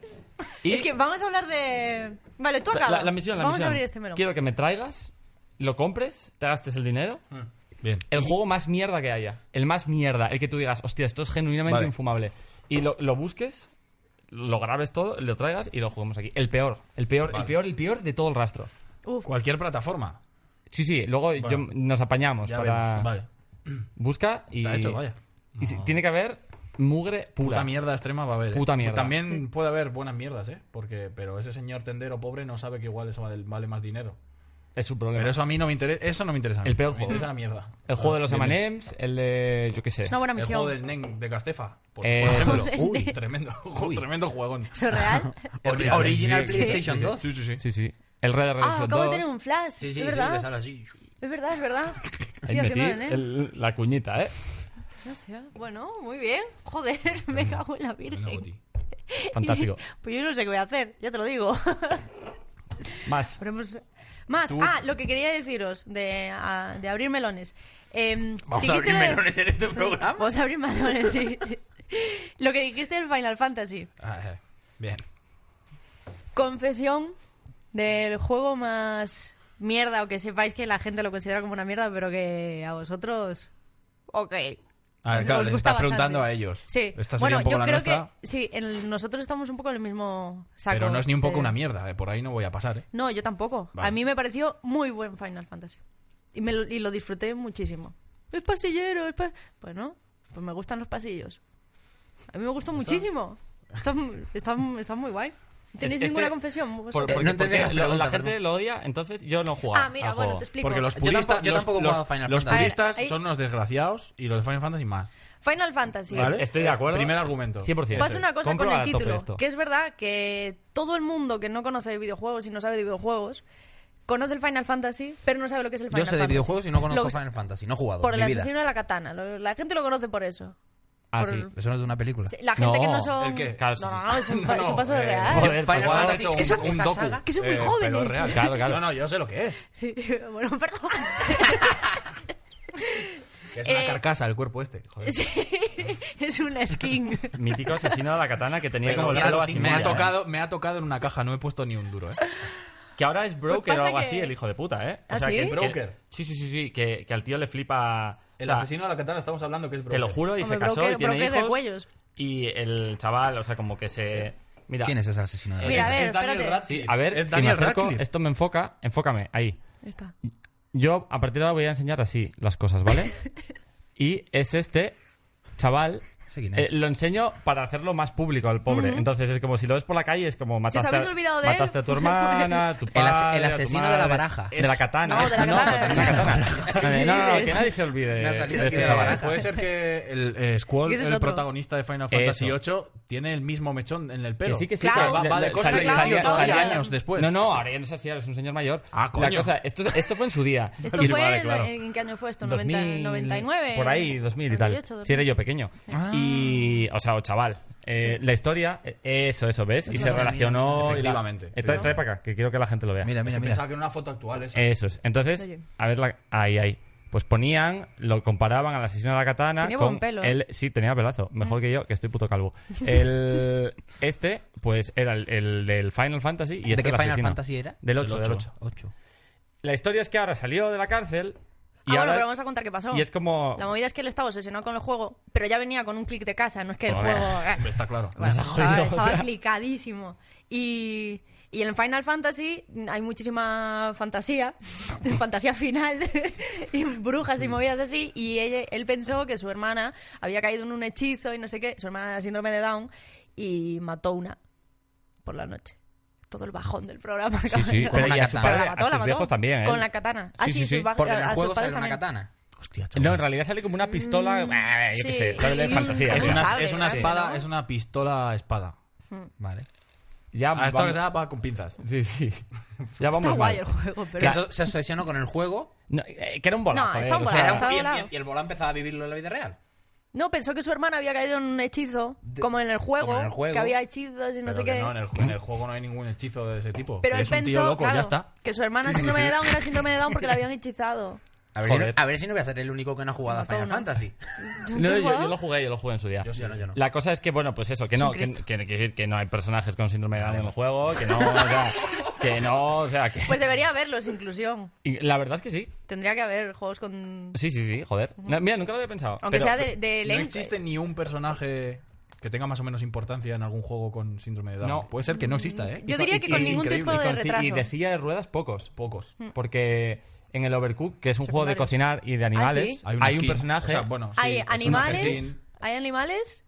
B: Y
A: Es que vamos a hablar de. Vale, tú acabas.
B: la, la misión, la
A: vamos
B: misión.
A: a abrir este melón.
B: Quiero que me traigas, lo compres, te gastes el dinero.
E: Mm. Bien.
B: El juego más mierda que haya. El más mierda. El que tú digas, hostia, esto es genuinamente
E: Vale.
B: infumable. Y lo, lo busques, lo grabes todo, lo traigas y lo juguemos aquí. El peor, el peor, el peor, el peor de todo el rastro.
A: Uf.
E: Cualquier plataforma.
B: Sí, sí, luego yo- nos apañamos
E: Ya
B: para...
E: vemos. Vale.
B: Busca y...
E: Está hecho, vaya.
B: y si- tiene que haber mugre pura.
E: Puta mierda extrema va a haber. ¿eh?
B: Puta mierda.
E: También puede haber buenas mierdas, ¿eh? Porque, pero ese señor tendero pobre no sabe que igual eso vale, vale más dinero.
B: Es su problema.
E: Pero eso a mí no me interesa. Eso no me interesa. a mí.
B: El peor
E: Me
B: juego.
E: interesa la mierda.
B: El juego de los
E: Bien, bien.
B: M&M's, el de... yo qué sé.
A: Es una buena
E: El juego
A: misión.
E: del Nen de Castefa. Por, por
B: Eh,
E: ejemplo.
A: Del
E: Uy,
A: Nen.
E: tremendo, tremendo juegón.
A: ¿Eso es real? Ah,
E: Es
D: Ori-
E: real.
D: original
E: Sí,
D: PlayStation
E: sí, sí,
D: 2.
E: Sí, sí, sí.
B: Sí, sí. El Red Dead
A: Ah,
B: Redemption
A: acabo de
B: 2.
A: tener un flash.
D: Sí, sí,
A: es
D: sí, que sale
A: verdad.
D: así.
A: es verdad, es verdad.
B: Ahí
A: Sí, haciendo
B: metí
A: el ¿eh? Nen.
B: el- la cuñita, ¿eh?
A: Gracias. Bueno, muy bien. Joder, me cago en la
E: Tremendo
A: virgen.
E: boti.
B: Fantástico.
A: Pues yo no sé qué voy a hacer, ya te lo digo.
B: Más.
A: Pero hemos- Más,
E: Tú-
A: ah, lo que quería deciros de, a- de abrir melones. Em,
D: Vamos
A: dijiste
D: a abrir
A: lo de-
D: melones en este programa.
A: Vamos a abrir melones, sí. lo que dijiste del Final Fantasy.
E: Ah, eh, Bien.
A: Confesión del juego más mierda, o que sepáis que la gente lo considera como una mierda, pero que a vosotros. Ok.
E: A ver, Ah, claro,
A: Os
E: les
A: gusta
E: estás preguntando a
A: bastante.
E: ellos.
A: Sí.
E: Esta sería
A: bueno,
E: un poco
A: yo
E: la
A: creo
E: nuestra,
A: que sí, en- nosotros estamos un poco en el mismo saco.
E: Pero no es ni un poco
A: de-
E: una mierda, eh, por ahí no voy a pasar, ¿eh?
A: No, yo tampoco.
E: Vale.
A: A mí me pareció muy buen Final Fantasy. Y, me lo, y lo disfruté muchísimo. Es pasillero, es pa- Bueno, pues me gustan los pasillos. A mí me gustó muchísimo. Está, está, está muy guay. ¿No ¿Tenéis
B: Este-
A: ninguna confesión?
B: Por-
A: vosotros?
B: porque-
D: no entendí
B: porque
D: la
B: lo-
D: pregunta,
B: la gente
D: perdón.
B: lo odia, entonces yo no juego.
A: ah, mira, bueno, te explico.
E: Porque los
D: Yo tampoco-
E: puristas,
D: yo
E: los-
D: tampoco he
E: los-
D: jugado a Final
E: los
D: Fantasy.
E: puristas
A: A ver, ahí-
E: son unos desgraciados y los de Final Fantasy más.
A: Final Fantasy.
E: Vale.
B: Estoy de acuerdo.
E: Primer argumento.
B: 100%.
A: Pasa una cosa
B: Compro
A: con
B: a
A: el
B: tope
A: título,
B: esto.
A: que es verdad que todo el mundo que no conoce de videojuegos y no sabe de videojuegos conoce el Final Fantasy, pero no sabe lo que es el Final
D: Yo
A: Fantasy.
D: sé de videojuegos y no
A: Lo
D: conozco
A: que-
D: Final Fantasy. No he jugado.
A: Por
D: en
A: el
D: mi vida.
A: asesino de la katana. Lo- La gente lo conoce por eso.
B: Ah,
A: por-
B: sí.
D: Eso no es de una película.
A: Sí, La gente que
B: No,
A: no son...
E: ¿el qué?
A: No, no, no, es un, pa- es un paso
E: eh,
A: real.
B: joder.
D: Final
E: Igual
D: Fantasy,
E: ha hecho
D: es que son
E: un- un
D: esa
E: docu.
D: saga.
A: Que son muy
E: Eh, pero
A: jóvenes.
E: real.
B: Claro, claro.
E: No, no, yo sé lo que es.
A: Sí, bueno, perdón.
E: Que es una
A: Eh,
E: carcasa el cuerpo este. Joder.
A: Sí, es una skin.
B: Mítico asesino de la katana que tenía
D: Pero
B: como el
D: cierto
B: pelo
D: cinco
E: Me
B: hacia-
E: ha,
D: ya, ¿eh?
E: tocado, me ha tocado en una caja, no he puesto ni un duro, ¿eh?
B: Que ahora es broker
A: pasa
B: o algo
A: que-
B: así, el hijo de puta, ¿eh?
A: ¿Ah, sí?
B: que,
E: Broker.
B: que- sí, sí, sí, sí. Que, que al tío le flipa.
E: El
B: o sea,
E: asesino de la katana estamos hablando que es
B: Te lo
E: broker.
B: juro, y
A: Hombre,
B: se casó
A: broker-
B: y tiene
A: broker de
B: hijos.
A: cuellos.
B: Y el chaval, o sea, como que se. Mira.
D: ¿Quién es ese asesino? de la
A: Mira, a
D: gente?
A: ver,
E: es Daniel
A: espérate.
E: Radcliffe.
B: Sí, a ver,
E: es
B: si me
E: Daniel
B: acerco,
E: Radcliffe.
B: esto me enfoca. Enfócame, ahí.
A: Ahí está.
B: Yo a partir de ahora voy a enseñar así las cosas, ¿vale? y es este chaval
D: Sé quién
B: Eh,
D: es.
B: lo enseño para hacerlo más público al pobre. Entonces es como si lo ves por la calle, es como
A: os
B: mataste, a-
A: habéis olvidado de él,
B: mataste a tu hermana, a tu
D: El as-
B: padre,
D: el
B: a tu
D: asesino de la
B: madre,
D: baraja.
B: De la katana.
A: No, de la
B: ese
A: katana.
B: de la katana. No, no, no, que nadie se olvide
D: Me ha salido
B: de
D: aquí
B: este
D: de la
B: chaval.
D: baraja.
E: Puede ser que el eh, Squall,
A: Y ese es
E: el
A: otro.
E: protagonista de Final Fantasy VIII, tiene el mismo mechón en el pelo.
B: Que sí, que sí.
A: Claro.
B: que
A: Va- va de
B: le-
A: cosplay,
B: salía-
A: claro,
B: salía-
A: claro.
B: salía-
E: años después.
B: No, no, ahora ya no es así, ahora es un señor mayor.
E: Ah,
B: La
E: coño.
B: cosa- esto, esto fue en su día.
A: Esto fue
E: Vale,
A: en-
E: claro.
A: en, qué año fue esto, 90,
B: 2000,
A: 99.
B: Por ahí, 2000 y tal.
A: 98,
B: Si
A: 2000.
B: era yo pequeño.
A: Ah.
B: Y, o sea, o chaval. Eh, la historia, eh, eso, eso, ¿ves? Y se relacionó. y la-
E: Efectivamente,
B: Eh, trae,
E: sí.
B: trae para acá, que quiero que la gente lo vea.
D: Mira, mira, mira.
E: Pensaba que era una foto actual esa.
B: Eso es. Entonces,
A: Oye.
B: a ver, la, ahí, ahí. Pues ponían, lo comparaban al asesino de la katana.
A: Tenía
B: con
A: buen pelo, ¿eh?
B: El, sí, tenía pelazo. Mejor que yo, que estoy puto calvo. El, este, pues era el, el del Final Fantasy. Y
D: ¿De
B: este
D: qué
B: el
D: Final
B: asesino.
D: Fantasy era?
B: Del 8, del 8.
D: Ocho.
B: La historia es que ahora salió de la cárcel. Y
A: Ah, bueno,
B: ahora-
A: pero vamos a contar qué pasó.
B: y es como.
A: La movida es que él estaba obsesionado con el juego, pero ya venía con un clic de casa, no es que el
B: Joder.
A: juego... eh.
E: Hombre, Está claro.
A: Bueno,
B: Nos ha
A: estaba,
B: jodido,
A: estaba
B: o sea.
A: aplicadísimo. Y, y en Final Fantasy hay muchísima fantasía, fantasía final, y brujas y movidas así. Y ella- él pensó que su hermana había caído en un hechizo y no sé qué, su hermana era síndrome de Down, y mató una por la noche. Todo el bajón del programa.
B: Sí, sí,
D: Con
B: pero
D: una
B: y a su
D: katana.
B: padre,
A: la
B: a
A: mató,
B: sus
A: la mató.
B: viejos también, ¿eh?
A: Con la katana. Ah,
B: Sí, sí,
A: sí,
B: sí.
A: sus ba-
D: Porque en
A: a-
D: el
A: a sus
D: juego
A: padres
D: sale una
A: también.
D: katana. Hostia,
B: No, en realidad sale como una pistola. bah, yo qué
A: Mm, sí.
B: sé, sale de fantasía.
E: Es
A: Sí.
B: o sea,
E: una,
A: sabe,
E: es una
A: claro,
E: espada,
A: ¿no?
E: es una pistola espada.
D: Vale.
B: ya
E: Ah, esto
B: vamos-
E: que se va con pinzas.
B: Sí, sí. Ya vamos
A: Está guay
B: mal.
A: el juego,
D: Que
A: pero...
D: eso- se asesionó con el juego
B: No, eh, que era un bolazo.
A: No,
B: eh,
A: está un
B: o sea,
A: bolazo.
D: era un-
A: Estaba
D: y,
A: volado.
D: el, y el volá empezaba a vivirlo en la vida real.
A: No, pensó que su hermana había caído en un hechizo, como en el juego,
D: como en el juego.
A: que había hechizos y no
E: Pero
A: sé
E: que
A: qué.
E: no, en el, ju- en el juego no hay ningún hechizo de ese tipo.
A: Pero él
E: es un
A: pensó
E: tío loco,
A: claro,
E: ya está.
A: que su hermana síndrome de Down era síndrome de Down porque la habían hechizado.
D: A ver, si no-
B: Joder.
D: a ver si no voy a ser el único que no ha jugado a
A: Mató
D: Final
A: una.
D: Fantasy.
B: No, yo, yo lo jugué, yo lo jugué en su día.
D: Yo sí, yo no, yo no.
B: La cosa es que, bueno, pues eso, que no, que,
A: Cristo.
B: que- que decir que no hay personajes con síndrome de Down en el juego, que no, o sea, que no, o sea, que...
A: Pues debería haberlos, inclusión.
B: Y la verdad es que sí.
A: Tendría que haber juegos con...
B: Sí, sí, sí, joder. No, mira, nunca lo había pensado.
A: Aunque
B: pero-
A: sea de, de
E: No
A: lengua.
E: existe ni un personaje que tenga más o menos importancia en algún juego con síndrome de Down.
B: No.
E: Puede ser que no exista, ¿eh?
A: Yo diría que con
B: es
A: ningún
B: increíble.
A: tipo de
B: Y con-
A: retraso. Mm.
B: Y de silla de ruedas, pocos.
E: Pocos.
B: Porque en el Overcook, que es un juego de
A: Secundarios.
B: cocinar y de animales,
A: Ah, sí?
B: hay, un
E: skin.
B: personaje.
E: O sea, bueno, sí,
A: Hay
E: es un
A: animales,
E: skin.
A: hay animales,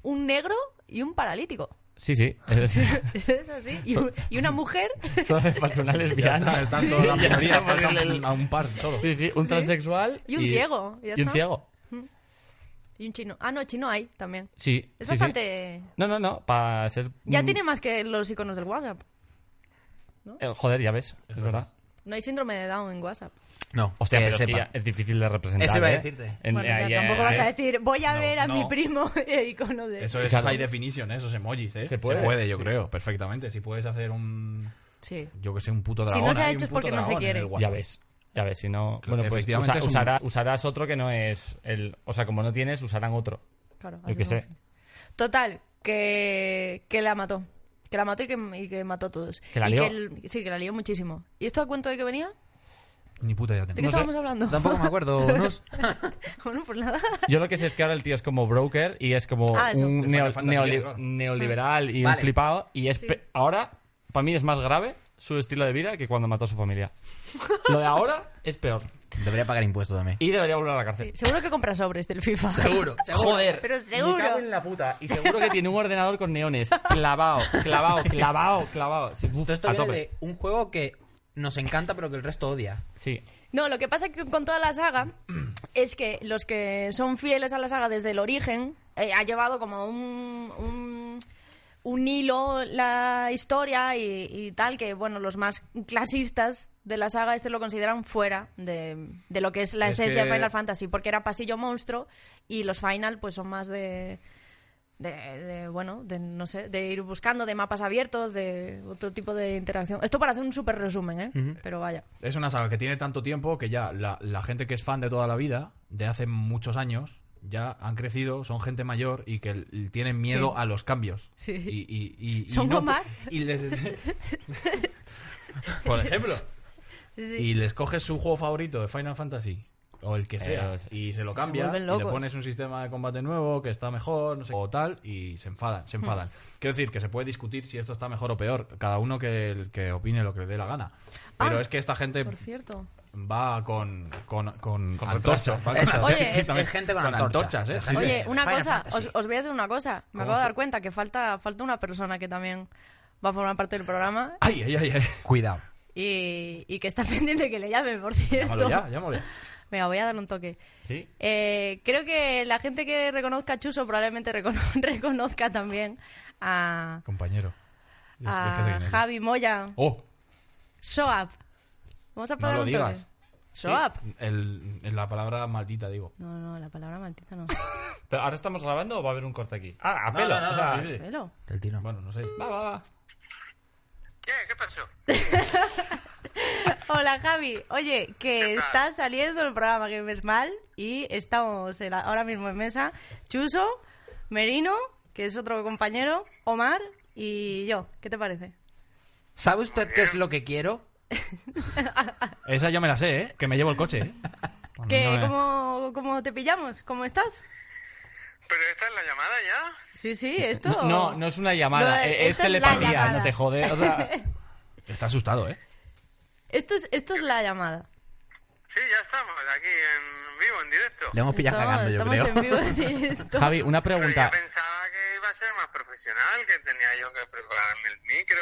A: un negro y un paralítico.
B: Sí, sí. Es,
A: Es así. Y, un- y una mujer...
B: solo hace falta una
E: Ya está,
B: lesbiana.
E: están toda la
B: Ya
E: minoría,
B: está,
E: falta
B: ponerle
E: un-
B: el-
E: a un par solo.
B: Sí, sí, un transexual.
A: Y un ciego, ya
B: y un
A: está.
B: ciego.
A: Y un chino. Ah, no, chino hay también.
B: Sí. sí,
A: Es
B: sí.
A: bastante...
B: No, no, no. Para ser.
A: Ya
B: mm,
A: tiene más que los iconos del WhatsApp.
B: eh, joder, ya ves. Es verdad.
A: No hay síndrome de Down en WhatsApp.
D: No,
B: Hostia,
D: que
B: pero es, que
D: sepa.
B: ya es difícil de representar.
D: Eso iba a
B: ¿eh?
D: decirte.
B: En-
A: Bueno, ya
B: eh,
A: tampoco vas a decir, voy a
E: No,
A: ver a
E: no.
A: mi primo el icono de...
E: Eso es
B: Claro.
E: high definition, ¿eh? esos emojis, ¿eh?
B: Se puede.
E: yo
B: Sí.
E: creo, perfectamente. Si puedes hacer un...
A: Sí.
E: Yo que sé, un puto
A: Si
E: dragón.
A: no se ha
E: hay un
A: hecho es
E: puto
A: porque no se
E: dragón en
A: quiere.
E: el
B: Ya
E: WhatsApp.
B: ves. Ya ves, si no. Bueno, pues
E: efectivamente
B: usa-
E: es un-
B: usará- usarás otro que no es el. O sea, como no tienes, usarán otro.
A: Claro,
B: Yo
A: así
B: qué
A: no.
B: sé.
A: Total, que, que la mató. Que la mató y que, y que mató a todos.
B: Que la
A: Y
B: lió.
A: el- sí, que la lió muchísimo. ¿Y esto a cuento de qué venía?
E: Ni puta idea tengo.
A: ¿De qué
B: No sé.
A: estábamos hablando?
D: Tampoco me acuerdo. Nos...
A: bueno, pues nada.
B: Yo lo que sé es que ahora el tío es como broker y es como
A: Ah, eso.
B: un neo-
E: De Final Fantasy,
B: neoli-
E: claro.
B: neoliberal y un
D: Vale.
B: flipado. Y es pe- ahora, para mí, es más grave su estilo de vida que cuando mató a su familia. lo de ahora es peor.
D: Debería pagar impuestos también.
B: Y debería volver a la cárcel.
A: Seguro que compra sobres del FIFA.
D: Seguro, seguro.
B: Joder,
A: Pero
B: Me
A: seguro.
B: cago en la puta. Y seguro que tiene un ordenador con neones. Clavado, clavado, clavado, clavado. Sí, uf,
D: Todo esto
B: a
D: viene
B: tope.
D: de un juego que nos encanta pero que el resto odia.
B: Sí.
A: No, lo que pasa que con toda la saga es que los que son fieles a la saga desde el origen eh, ha llevado como un, un, un hilo la historia y, y tal, que bueno, los más clasistas de la saga este lo consideran fuera de, de lo que es la
E: Es
A: esencia
E: que-
A: de Final Fantasy, porque era pasillo monstruo y los Final pues son más de... De, de, bueno, de no sé, de ir buscando de mapas abiertos, de otro tipo de interacción. Esto para hacer un súper resumen, ¿eh? Pero vaya.
E: Es una saga que tiene tanto tiempo que ya la, la gente que es fan de toda la vida, de hace muchos años, ya han crecido, son gente mayor y que l- tienen miedo
A: Sí.
E: a los cambios.
A: Sí.
E: Y, y- y- y
A: Son
E: no-
A: Omar.
E: Y les... Por ejemplo.
A: Sí, sí.
E: Y les coges su juego favorito de Final Fantasy o el que sea
B: Eh, sí,
E: y se lo cambias
A: vuelven
E: y le
A: locos.
E: pones un sistema de combate nuevo que está mejor no sé, o tal y se enfadan se enfadan quiero decir que se puede discutir si esto está mejor o peor cada uno que, que opine lo que le dé la gana pero
A: Ah,
E: es que esta gente
A: Por cierto.
E: va con, con, con,
B: Con
E: antorcha.
B: retraso.
E: Va con-
D: Eso,
A: Oye,
D: sí, también
E: es-
D: gente con,
E: con
D: antorcha.
E: antorchas, ¿eh?
D: Gente-
E: Sí,
A: Oye, una
D: Final
A: cosa,
D: Fantasy.
A: os, os voy a decir una cosa. Me acabo de dar cuenta que falta, falta una persona que también va a formar parte del programa
E: Ay, ay, ay, ay.
D: Cuidado.
A: y, y que está pendiente que le llamen, por cierto.
E: Llámalo ya, llámalo ya.
A: Venga, voy a dar un toque.
B: Sí.
A: Eh, creo que la gente que reconozca a Chuso probablemente recono- reconozca también a,
E: Compañero. Ya sé, ya sé
A: a
E: quién eres.
A: Javi Moya.
E: Oh,
A: Soap. Vamos a
E: no
A: probar
E: lo
A: un
E: digas.
A: toque. Soap.
E: El, el- la palabra maldita, digo.
A: No, no, la palabra maldita no.
B: Pero ahora estamos grabando o va a haber un corte aquí. Ah, a
E: No,
B: pelo.
E: no, no,
B: o sea,
E: no, sí, sí.
A: Velo.
D: El tiro.
E: Bueno, no sé. Va, va, va.
C: ¿Qué? ¿Qué pasó?
A: Hola Javi, oye, que
C: ¿Qué tal?
A: está saliendo el programa que es mal y estamos en la- ahora mismo en mesa Chuso, Merino, que es otro compañero, Omar y yo. ¿Qué te parece?
D: ¿Sabe usted qué es lo que quiero?
E: Esa yo me la sé, ¿eh? Que me llevo el coche, ¿eh? A mí
A: ¿Qué,
E: no me-
A: cómo, cómo te pillamos? ¿Cómo estás?
C: ¿Pero esta es la llamada ya?
A: Sí, sí, esto...
B: Eh, No, no es una llamada,
A: No,
B: eh, es
A: esta es la
B: telepatía,
A: llamada.
B: no te jode. o sea,
E: Está asustado, ¿eh?
A: Esto es, esto es la llamada.
C: Sí, ya estamos, aquí en vivo, en directo.
D: Le hemos pillado
A: estamos
D: cagando, yo
A: estamos
D: creo.
A: en vivo en directo.
B: Javi, una
C: Pero
B: pregunta.
C: yo pensaba que iba a ser más profesional, que tenía yo que prepararme el micro,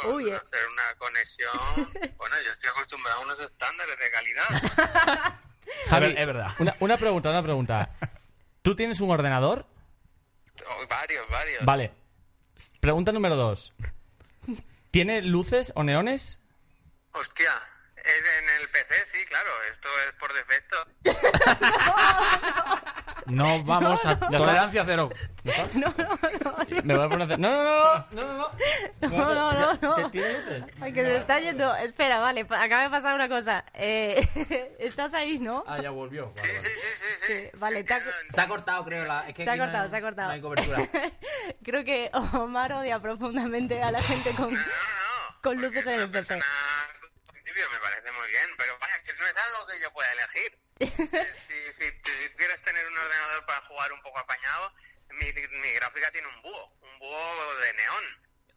C: con-
A: Uy, eh.
C: hacer una conexión. bueno, yo estoy acostumbrado a unos estándares de calidad.
B: Javi,
E: Es ver- es verdad.
B: Una, una pregunta, una pregunta. ¿Tú tienes un ordenador?
C: Oh, varios, varios.
B: Vale. Pregunta número dos. ¿Tiene luces o neones?
C: Hostia, es en el PC, sí, claro, esto es por defecto.
E: No vamos a...
B: no.
E: Tolerancia cero.
B: Me voy a poner- No, no, no, no, no,
A: No, no, no, no.
B: ¿Qué tiene luces?
A: Ay, que se está yendo. Espera, vale, pa- acaba de pasar una cosa. Eh, estás ahí, ¿no?
E: Ah, ya volvió. Vale,
C: Sí, sí, sí, sí. sí.
A: Sí, vale, te ha-
C: Entiendo,
D: Se ha cortado, creo. La... es que
A: Se ha
D: aquí no
A: cortado,
D: hay-
A: se ha cortado.
D: No hay cobertura.
A: Creo que Omar odia profundamente a la gente con...
C: No, no.
A: Con luces en el
C: Una
A: PC.
C: persona, al principio me parece muy bien, pero vaya, que no es algo que yo pueda elegir. si, si, si quieres tener un ordenador para jugar un poco apañado, mi, mi gráfica tiene un búho, un búho de neón.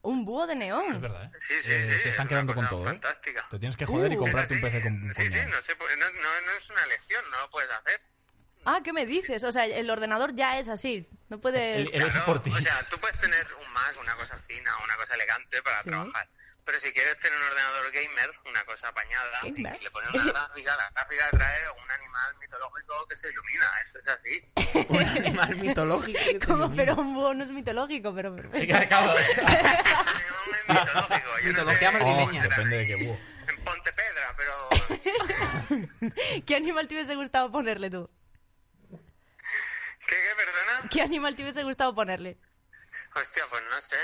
A: Un búho de
E: Es
A: neón.
E: verdad, ¿eh?
C: Sí, sí,
E: Eh,
C: sí,
E: Se
C: es
E: están
C: una
E: quedando con
C: cosa
E: todo, ¿eh?
C: fantástica.
E: Te tienes que joder y
A: Uh.
E: comprarte
C: Es
E: un PC
C: así,
E: con...
C: Sí,
E: con
C: sí,
E: neón.
C: no, se puede- no, no, no es una elección, no lo puedes hacer.
A: Ah, ¿qué me dices? O sea, el ordenador ya es así. No puedes...
B: El- Eres
C: Claro,
B: por ti.
C: O sea, tú puedes tener un Mac, una cosa fina, una cosa elegante para
A: Sí.
C: trabajar. Pero si quieres tener un ordenador gamer, una cosa apañada, y
A: Gamer.
C: si le pones una gráfica, la gráfica trae un animal mitológico que se ilumina. Eso es así.
D: Un animal mitológico. que se
A: Como,
D: ilumina.
A: pero un búho no es mitológico, pero perfecto.
C: Un animal mitológico. Yo no
D: Mitología
C: sé,
E: Oh,
D: madrileña.
E: depende de qué búho.
C: En Pontevedra, pero
A: ¿Qué animal te hubiese gustado ponerle tú?
C: ¿qué, qué perdona?
A: ¿Qué animal te hubiese gustado ponerle?
C: Hostia, pues no sé.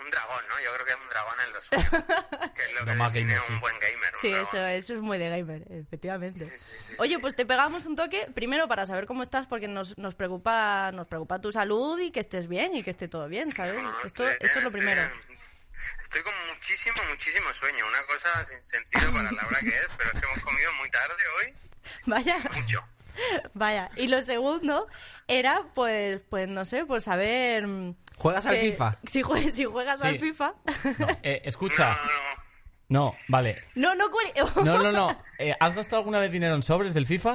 C: Un dragón, ¿no? Yo creo que un dragón es lo suyo. Que es lo,
E: Lo
C: que
E: más
C: define
E: gamer, sí.
C: un buen gamer. un
A: Sí,
C: dragón.
A: eso, eso es muy de gamer, efectivamente. Oye, pues te pegamos un toque, primero para saber cómo estás, porque nos, nos preocupa nos preocupa tu salud y que estés bien y que esté todo bien, ¿sabes?
D: Ah,
C: No,
A: Esto,
C: estoy-
A: esto es lo
C: estoy-
A: primero.
C: Estoy con muchísimo, muchísimo sueño. Una cosa sin sentido para la hora que es, pero es que hemos comido muy tarde hoy.
A: Vaya,
C: Mucho.
A: vaya. Y lo segundo era, pues, pues no sé, pues saber... mm,
D: ¿Juegas al
A: que-
D: FIFA?
A: Si, jue- si juegas al
B: Sí.
A: FIFA...
B: Eh, escucha.
C: No, no,
B: No, vale.
A: No, no, cuel-
B: No, no, no. Eh, ¿Has gastado alguna vez dinero en sobres del FIFA?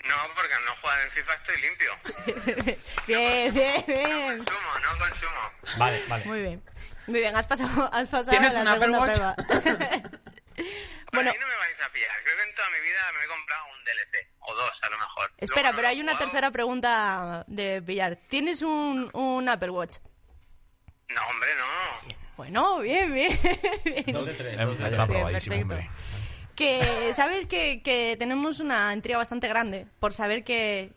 C: no, porque al no jugar en FIFA estoy limpio.
A: bien, bien, bien.
C: Consumo, no consumo.
B: Vale, vale.
A: Muy bien. Muy bien, has pasado, has pasado
D: ¿Tienes
A: a
D: un
A: la
D: Apple
A: segunda
D: Watch?
A: prueba. bueno,
C: Ahí no me vais a pillar. Creo que en toda mi vida me he comprado un DLC. O dos, a lo mejor.
A: espera,
C: Luego no
A: pero
C: lo
A: hay
C: he
A: una
C: jugado.
A: tercera pregunta de pillar. ¿Tienes un, un Apple Watch?
C: No, hombre, no.
A: Bueno, bien, bien. bien.
E: Está probadísimo,
A: perfecto.
E: hombre.
A: Que sabes que, que tenemos una intriga bastante grande por saber que,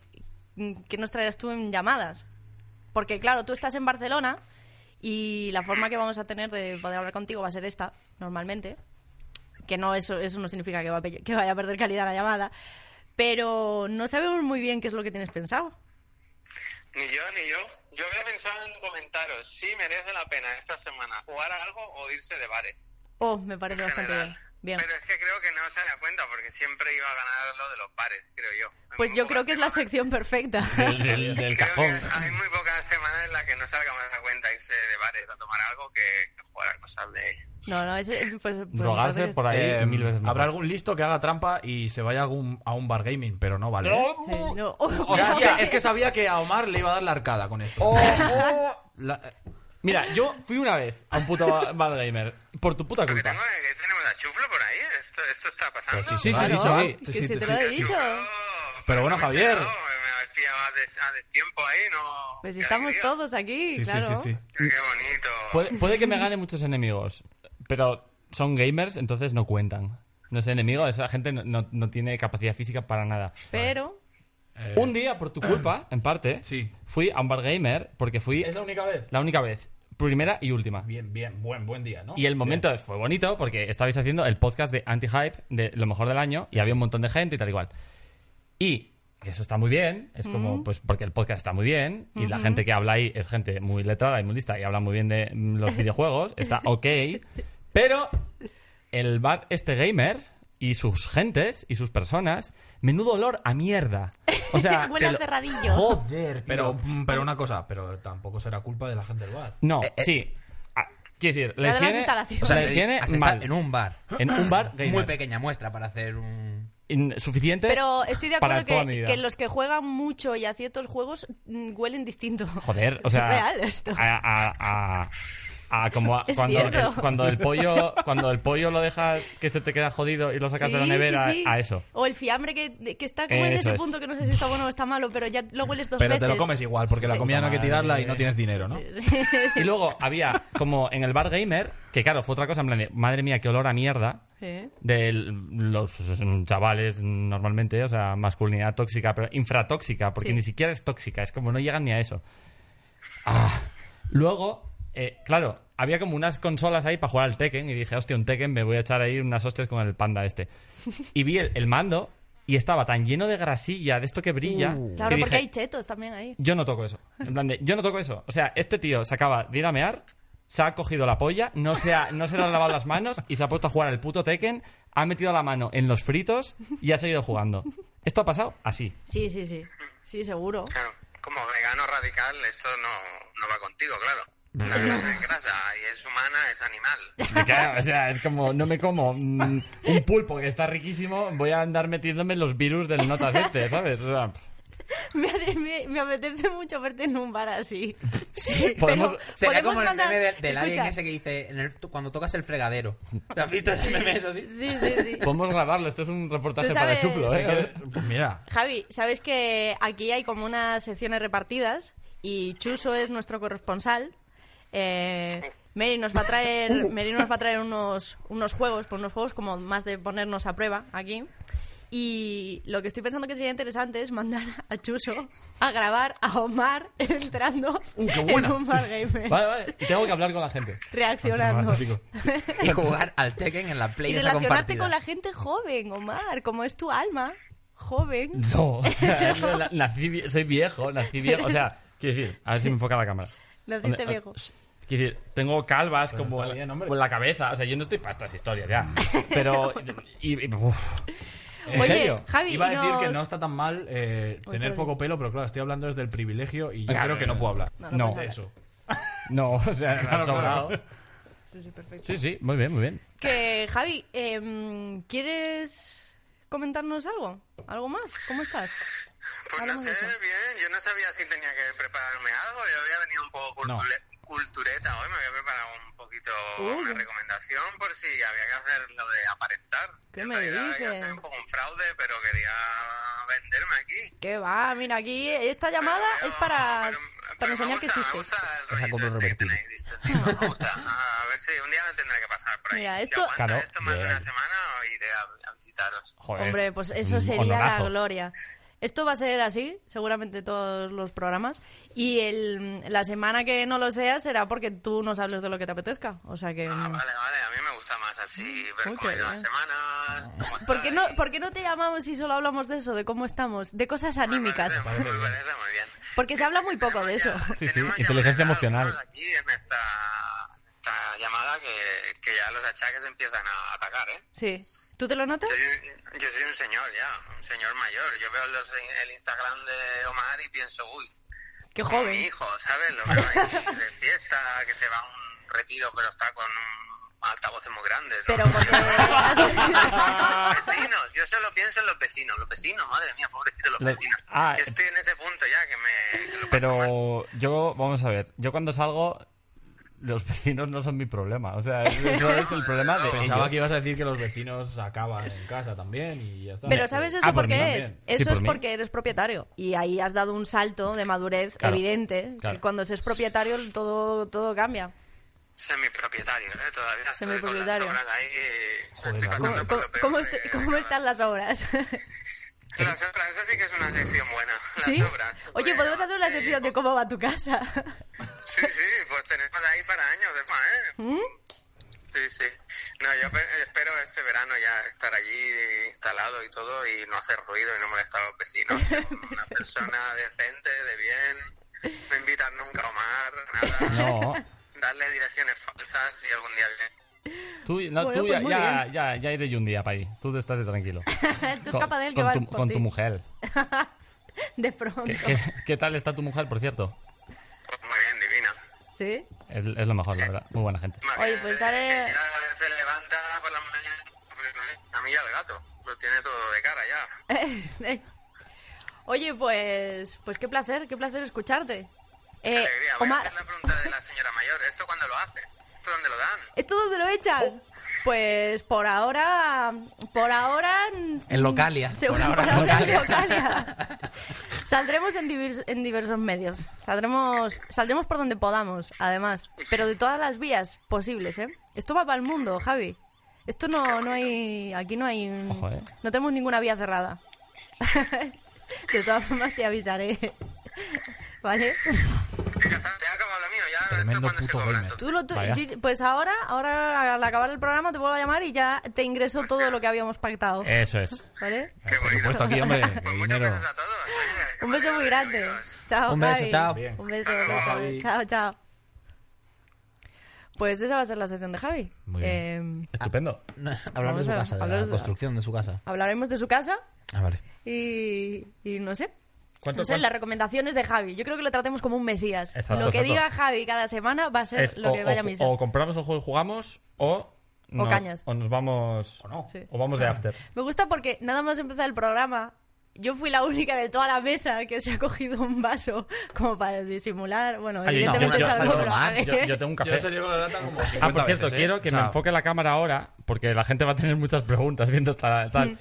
A: que nos traerás tú en llamadas. Porque claro, tú estás en Barcelona y la forma que vamos a tener de poder hablar contigo va a ser esta, normalmente. Que no, eso, eso no significa que, va a pe- que vaya a perder calidad la llamada. Pero no sabemos muy bien qué es lo que tienes pensado.
C: Ni yo, ni yo. Yo había pensado en comentaros si merece la pena esta semana jugar a algo o irse de bares.
A: Oh, me parece bastante bien.
C: general.
A: Bien.
C: Pero es que creo que no se da cuenta porque siempre iba a ganar lo de los pares, creo yo. Hay
A: Pues
C: muy
A: yo
C: pocas
A: creo que es la
C: semanas-
A: sección perfecta.
B: Del, del- del
C: creo que
B: cajón.
C: hay muy pocas semanas en las que no salga más a cuenta irse de bares a tomar algo que, que jugar a cosas de...
A: No, no, ese, pues, pues,
B: Drogarse
A: entonces-
B: por ahí
E: Eh,
B: mil veces mejor.
E: Habrá algún listo que haga trampa y se vaya a algún- a un bar gaming, pero no vale. ¿eh?
A: Sí, no.
E: Hostia, es que sabía que a Omar le iba a dar la arcada con esto.
C: Oh,
E: La- eh,
B: Mira, yo fui una vez a un puto ba- bar gamer. Por tu puta
C: Porque
B: culpa.
C: tengo, que tenemos a Chuflo por ahí, esto, esto está pasando.
E: Pero Pues sí, sí,
A: Claro,
E: sí, sí, sí,
A: que
E: sí,
A: si
E: sí,
A: te
E: sí.
A: lo he
C: Chuflo,
A: dicho.
E: Pero bueno,
C: perfectamente
E: Javier.
C: no, me me has pillado a, des- a destiempo ahí, no...
A: Pues
C: qué
A: estamos
C: alegría.
A: todos aquí,
E: Sí, sí,
A: claro.
E: sí, sí.
C: Qué bonito.
E: Pues
B: Puede, puede que me gane muchos enemigos, pero son gamers, entonces no cuentan. No es enemigo, esa gente no, no- no tiene capacidad física para nada.
A: Pero,
E: Eh,
B: Un día, por tu culpa, en parte,
E: Sí.
B: fui a un bar gamer porque fui
E: ¿Es la única vez?
B: la única vez, primera y última.
E: Bien, bien, buen, buen día, ¿no?
B: Y el momento fue bonito porque estabais haciendo el podcast de anti-hype de lo mejor del año y había un montón de gente y tal igual. Y eso está muy bien, es como, pues, porque el podcast está muy bien y la gente que habla ahí es gente muy letrada y muy lista y habla muy bien de mm, los videojuegos, está ok. Pero el bar este gamer y sus gentes y sus personas, menudo olor a mierda. O sea,
A: Huele a
B: te lo-
A: cerradillo.
B: Joder,
E: Pero,
B: pero.
E: mm, pero una cosa, pero tampoco será culpa de la gente del bar.
B: No,
A: Eh,
B: sí. Ah, quiero decir,
A: sea, de
B: la
A: las
B: higiene-
A: instalaciones.
B: o sea, la higiene
D: has estado
B: mal.
D: en un bar.
B: En un bar gamer.
D: Muy pequeña muestra para hacer un...
B: in- suficiente.
A: pero estoy de
B: para
A: acuerdo
B: toda mi
A: que,
B: vida.
A: que los que juegan mucho y a ciertos juegos mm, huelen distinto.
B: Joder, o sea.
A: Es real esto.
B: A, a- a- a como a-
A: Es
B: cuando,
A: cierto.
B: el, cuando el pollo cuando el pollo lo dejas que se te queda jodido y lo sacas de la
A: Sí, sí,
B: nevera
A: sí.
B: a eso.
A: O el fiambre que, que está como en
B: Eso
A: ese
B: es.
A: punto que no sé si está bueno o está malo, pero ya lo hueles dos
E: Pero
A: veces.
E: te lo comes igual, porque la
A: Sí.
E: comida no hay que
B: Madre.
E: tirarla y no tienes dinero, ¿no?
B: Y luego había como en el bar gamer, que claro, fue otra cosa en plan de, madre mía, qué olor a mierda.
A: Sí.
B: de los mm, chavales mm, normalmente, o sea, masculinidad tóxica, pero infratóxica, porque
A: Sí.
B: ni siquiera es tóxica, es como no llegan ni a eso. Ah. Luego, eh, claro, había como unas consolas ahí para jugar al Tekken y dije, hostia, un Tekken, me voy a echar ahí unas hostias con el panda este. Y vi el, el mando y estaba tan lleno de grasilla, de esto que brilla, que
A: Claro, porque
B: dije,
A: hay chetos también ahí.
B: yo no toco eso. En plan de, yo no toco eso. O sea, este tío se acaba de ir a mear, se ha cogido la polla, no se, ha, no se le han lavado las manos y se ha puesto a jugar al puto Tekken, ha metido la mano en los fritos y ha seguido jugando. Esto ha pasado así.
A: Sí, sí, sí. Sí, seguro.
C: Claro, como vegano radical, esto no, no va contigo, claro. La grasa es grasa y es humana, es animal.
B: Me cago, o sea, es como, no me como mm, un pulpo que está riquísimo, voy a andar metiéndome los virus del notas este, ¿sabes? O sea, pff.
A: Me, ade- me- me apetece mucho verte en un bar así. Sí,
B: podemos-
D: Será como el meme de- del alien ese que dice en el- cuando tocas el fregadero. ¿Te has visto ese meme? Eso sí.
A: Sí, sí, sí.
B: podemos grabarlo, esto es un reportaje
A: Tú
B: para
A: sabes-
B: chuflo,
E: Así
B: ¿eh?
E: que, pues mira,
A: Javi, sabes que aquí hay como unas secciones repartidas y Chuso es nuestro corresponsal. Eh, Mary nos va a traer, Mary nos va a traer unos, unos juegos, pues unos juegos como más de ponernos a prueba aquí. Y lo que estoy pensando que sería interesante es mandar a Chuso a grabar a Omar entrando en un bar gamer,
B: Vale, vale, y tengo que hablar con la gente.
A: reaccionando.
E: fantástico.
D: Y jugar al Tekken en la
A: Y
D: Play esa
A: relacionarte
D: compartida.
A: con la gente joven, Omar, como es tu alma, joven.
B: No, o sea, yo na- nací vie- soy viejo, nací viejo. O sea, quiero decir, a ver si me enfoca la cámara.
A: Naciste
B: Hombre,
A: viejo.
B: a- Quiero decir, tengo calvas
E: Pero
B: como
E: está bien, hombre.
B: por la cabeza. O sea, yo no estoy para estas historias ya. Pero. Y, y- uf. ¿En
A: Oye,
B: serio?
A: Javi,
E: Iba a
A: y
E: decir que
A: nos-
E: no está tan mal eh, tener
A: perdón.
E: poco pelo, pero claro, estoy hablando desde el privilegio y yo
B: Claro,
E: creo que no puedo hablar.
B: no, no No.
E: de
B: puedes
E: eso.
B: No, o sea, me
E: Claro,
B: has sobrado.
E: claro.
B: Sí, sí, muy bien, muy bien.
A: Que Javi, em, ¿quieres comentarnos algo? ¿Algo más? ¿Cómo estás?
C: Pues no
A: Hablamos de
C: sé,
A: eso.
C: bien, yo no sabía si tenía que prepararme algo, yo había venido un poco
E: No.
C: cultule- cultureta hoy, me había preparado un poquito
A: Uh.
C: una recomendación por si había que hacer lo de aparentar.
A: ¿Qué
C: En
A: me
C: realidad, Yo
A: dices?
C: soy un poco un fraude, pero quería venderme aquí.
A: Que va, mira, aquí esta llamada
C: Pero-
A: es para,
C: pero-
A: para
C: pero me
A: enseñar que
C: gusta, me
A: existes.
C: gusta el rollito
D: como
C: este que
D: revertido.
C: tenéis, este tipo, me gusta. Ah, A ver si un día tendré que pasar por ahí.
A: Mira,
C: Si
A: esto-
C: aguanta
B: Claro,
C: esto más de una
B: bien.
C: semana, iré a- a visitaros.
B: Joder,
A: Hombre, pues
B: es
A: eso
B: un
A: sería
B: honorazo.
A: la gloria. Esto va a ser así, seguramente todos los programas. Y el, la semana que no lo sea será porque tú nos hables de lo que te apetezca. O sea que...
C: Ah, vale, vale, a mí me gusta más así, ver
A: Uy,
C: cómo ha
A: qué
C: ido la
A: bien.
C: semana. cómo
A: eh. ¿Por qué, no,
C: estáis.
A: ¿Por qué no te llamamos si solo hablamos de eso, de cómo estamos? De cosas anímicas.
C: Me parece, me parece muy bien.
A: Porque se habla muy poco de eso.
C: Tenemos ya-
B: Sí, sí,
C: tenemos ya
B: inteligencia
C: ordenados
B: emocional.
C: Aquí en esta, esta llamada llamada que, que ya los achaques empiezan a atacar, ¿eh?
A: Sí. ¿Tú te lo notas?
C: Yo soy- yo soy un señor ya, un señor mayor. Yo veo los, el Instagram de Omar y pienso, uy,
A: Qué
C: como mi
A: joven.
C: hijo, ¿sabes? Lo veo ahí de fiesta, que se va a un retiro, pero está con un altavoces muy grandes. ¿no?
A: Pero Ah. porque...
C: Los vecinos, yo solo pienso en los vecinos, los vecinos, madre mía, pobrecitos los,
B: Los-
C: vecinos.
B: ah,
C: yo estoy en ese punto ya que me... que lo paso mal.
B: Pero yo, vamos a ver, yo cuando salgo, los vecinos no son mi problema. O sea, eso es el problema de.
E: Pensaba
B: ellos.
E: que ibas a decir que los vecinos acaban en casa también y ya está.
A: Pero ¿sabes eso
B: Ah, por
A: por
B: mí
A: qué
B: también.
A: es?
B: Sí,
A: Eso
B: por
A: es
B: mí.
A: porque eres propietario. Y ahí has dado un salto de madurez
B: Claro,
A: evidente.
B: claro.
A: Que cuando se es propietario todo, todo cambia.
C: Semipropietario, ¿eh? Todavía estoy con las
A: Semipropietario.
C: obras ahí... eh,
E: Joder,
C: estoy
E: la-
A: ¿Cómo,
C: pasando por
A: cómo-
C: lo peor
A: cómo
C: de-
A: est- cómo están las obras?
C: Las obras, esa sí que es una sección buena. Las
A: ¿Sí?
C: obras.
A: Oye,
C: Bueno,
A: podemos hacer una
C: sí,
A: sección de
C: po-
A: cómo va tu casa.
C: Sí, sí, pues tenemos ahí para años, de más, ¿eh?
A: ¿Mm?
C: Sí, sí. No, yo pe- espero este verano ya estar allí instalado y todo y no hacer ruido y no molestar a los vecinos. Ser Una persona decente, de bien, no invitar nunca a Omar, nada.
B: No.
C: Darle direcciones falsas y algún día viene.
B: Tú, no,
A: Bueno,
B: tú
A: pues
B: ya,
A: muy
B: ya,
A: bien.
B: ya, ya iré yo un día para ahí. Tú estate tranquilo.
A: Tú escapa de él que
B: con
A: va
B: tu,
A: por
B: con
A: ti.
B: tu mujer.
A: De pronto.
B: ¿Qué, qué, qué tal está tu mujer, por cierto?
C: Pues muy bien, divina.
A: ¿Sí?
B: Es, es lo mejor, la verdad. Muy buena gente.
A: Oye, pues dale-
C: Que ya se levanta por la mañana. pues, A mí ya el gato. Lo tiene todo de cara ya.
A: Eh, Oye, pues, pues qué placer, qué placer escucharte.
C: Qué
A: Eh,
C: alegría. Voy a
A: Omar,
C: hacer la pregunta de la señora mayor. ¿Esto cuándo lo hace? ¿Esto dónde lo dan?
A: ¿esto dónde lo echan? Pues por ahora, por ahora...
D: En Localia.
A: Se-
D: Por ahora
A: por
D: en
A: ahora en
D: Localia.
A: Localia. Saldremos en, divers- en diversos medios. Saldremos, saldremos por donde podamos, además. Pero de todas las vías posibles, ¿eh? Esto va para el mundo, Javi. Esto no, no hay... Aquí no hay...
B: Ojo, ¿eh?
A: No tenemos ninguna vía cerrada. De todas formas te avisaré. ¿Vale?
C: Ya está, ya ha acabado lo mío. Ya esto
E: Tremendo
C: es cuando se
E: puto
C: cobra.
E: gamer.
C: esto.
A: Tú lo tu-
B: Vaya.
A: yo- pues ahora, ahora al acabar el programa te vuelvo a llamar y ya te ingreso todo lo que habíamos pactado.
B: Eso es.
A: ¿Vale?
C: Qué
E: Por
C: bonito.
E: supuesto, aquí, hombre.
C: Pues muchas
E: dinero.
C: gracias a todos. oye, qué
A: Un beso muy
C: maravilla,
A: grande.
C: amigos.
A: Chao,
D: Un beso,
A: Javi.
D: chao.
E: Bien.
A: Un beso,
C: Hasta luego,
E: Javi.
A: Chao, chao. Pues esa va a ser la sección de Javi.
E: Muy bien.
A: Eh,
B: Estupendo.
D: Hablar de
A: Vamos
D: su
A: a
D: casa, de
A: hablar
D: la
A: de-
D: construcción de su casa.
A: hablaremos de su casa
D: Ah, vale.
A: y, y no sé.
B: ¿Cuánto-
A: no sé,
B: cuánto-
A: las recomendaciones de Javi. Yo creo que lo tratemos como un mesías.
B: Exacto,
A: lo que
B: exacto.
A: diga Javi cada semana va a ser
B: Es
A: lo
B: o-
A: que
B: o,
A: vaya a misa.
B: o compramos el juego y jugamos o. no-
A: cañas. Ah.
B: O nos vamos. O
E: no.
A: Sí.
B: O vamos de after.
A: Me gusta porque nada más empezar el programa, yo fui la única de toda la mesa que se ha cogido un vaso como para disimular. Bueno,
B: Ay, no,
A: evidentemente
B: Ah, yo-
A: sabemos
D: yo-
A: lo que
B: Yo, yo tengo un café.
E: Yo se llevo la lata como
B: Ah,
E: 50
B: por cierto,
E: veces, ¿eh?
B: quiero que
E: O sea,
B: me enfoque la cámara ahora, porque la gente va a tener muchas preguntas viendo esta tal.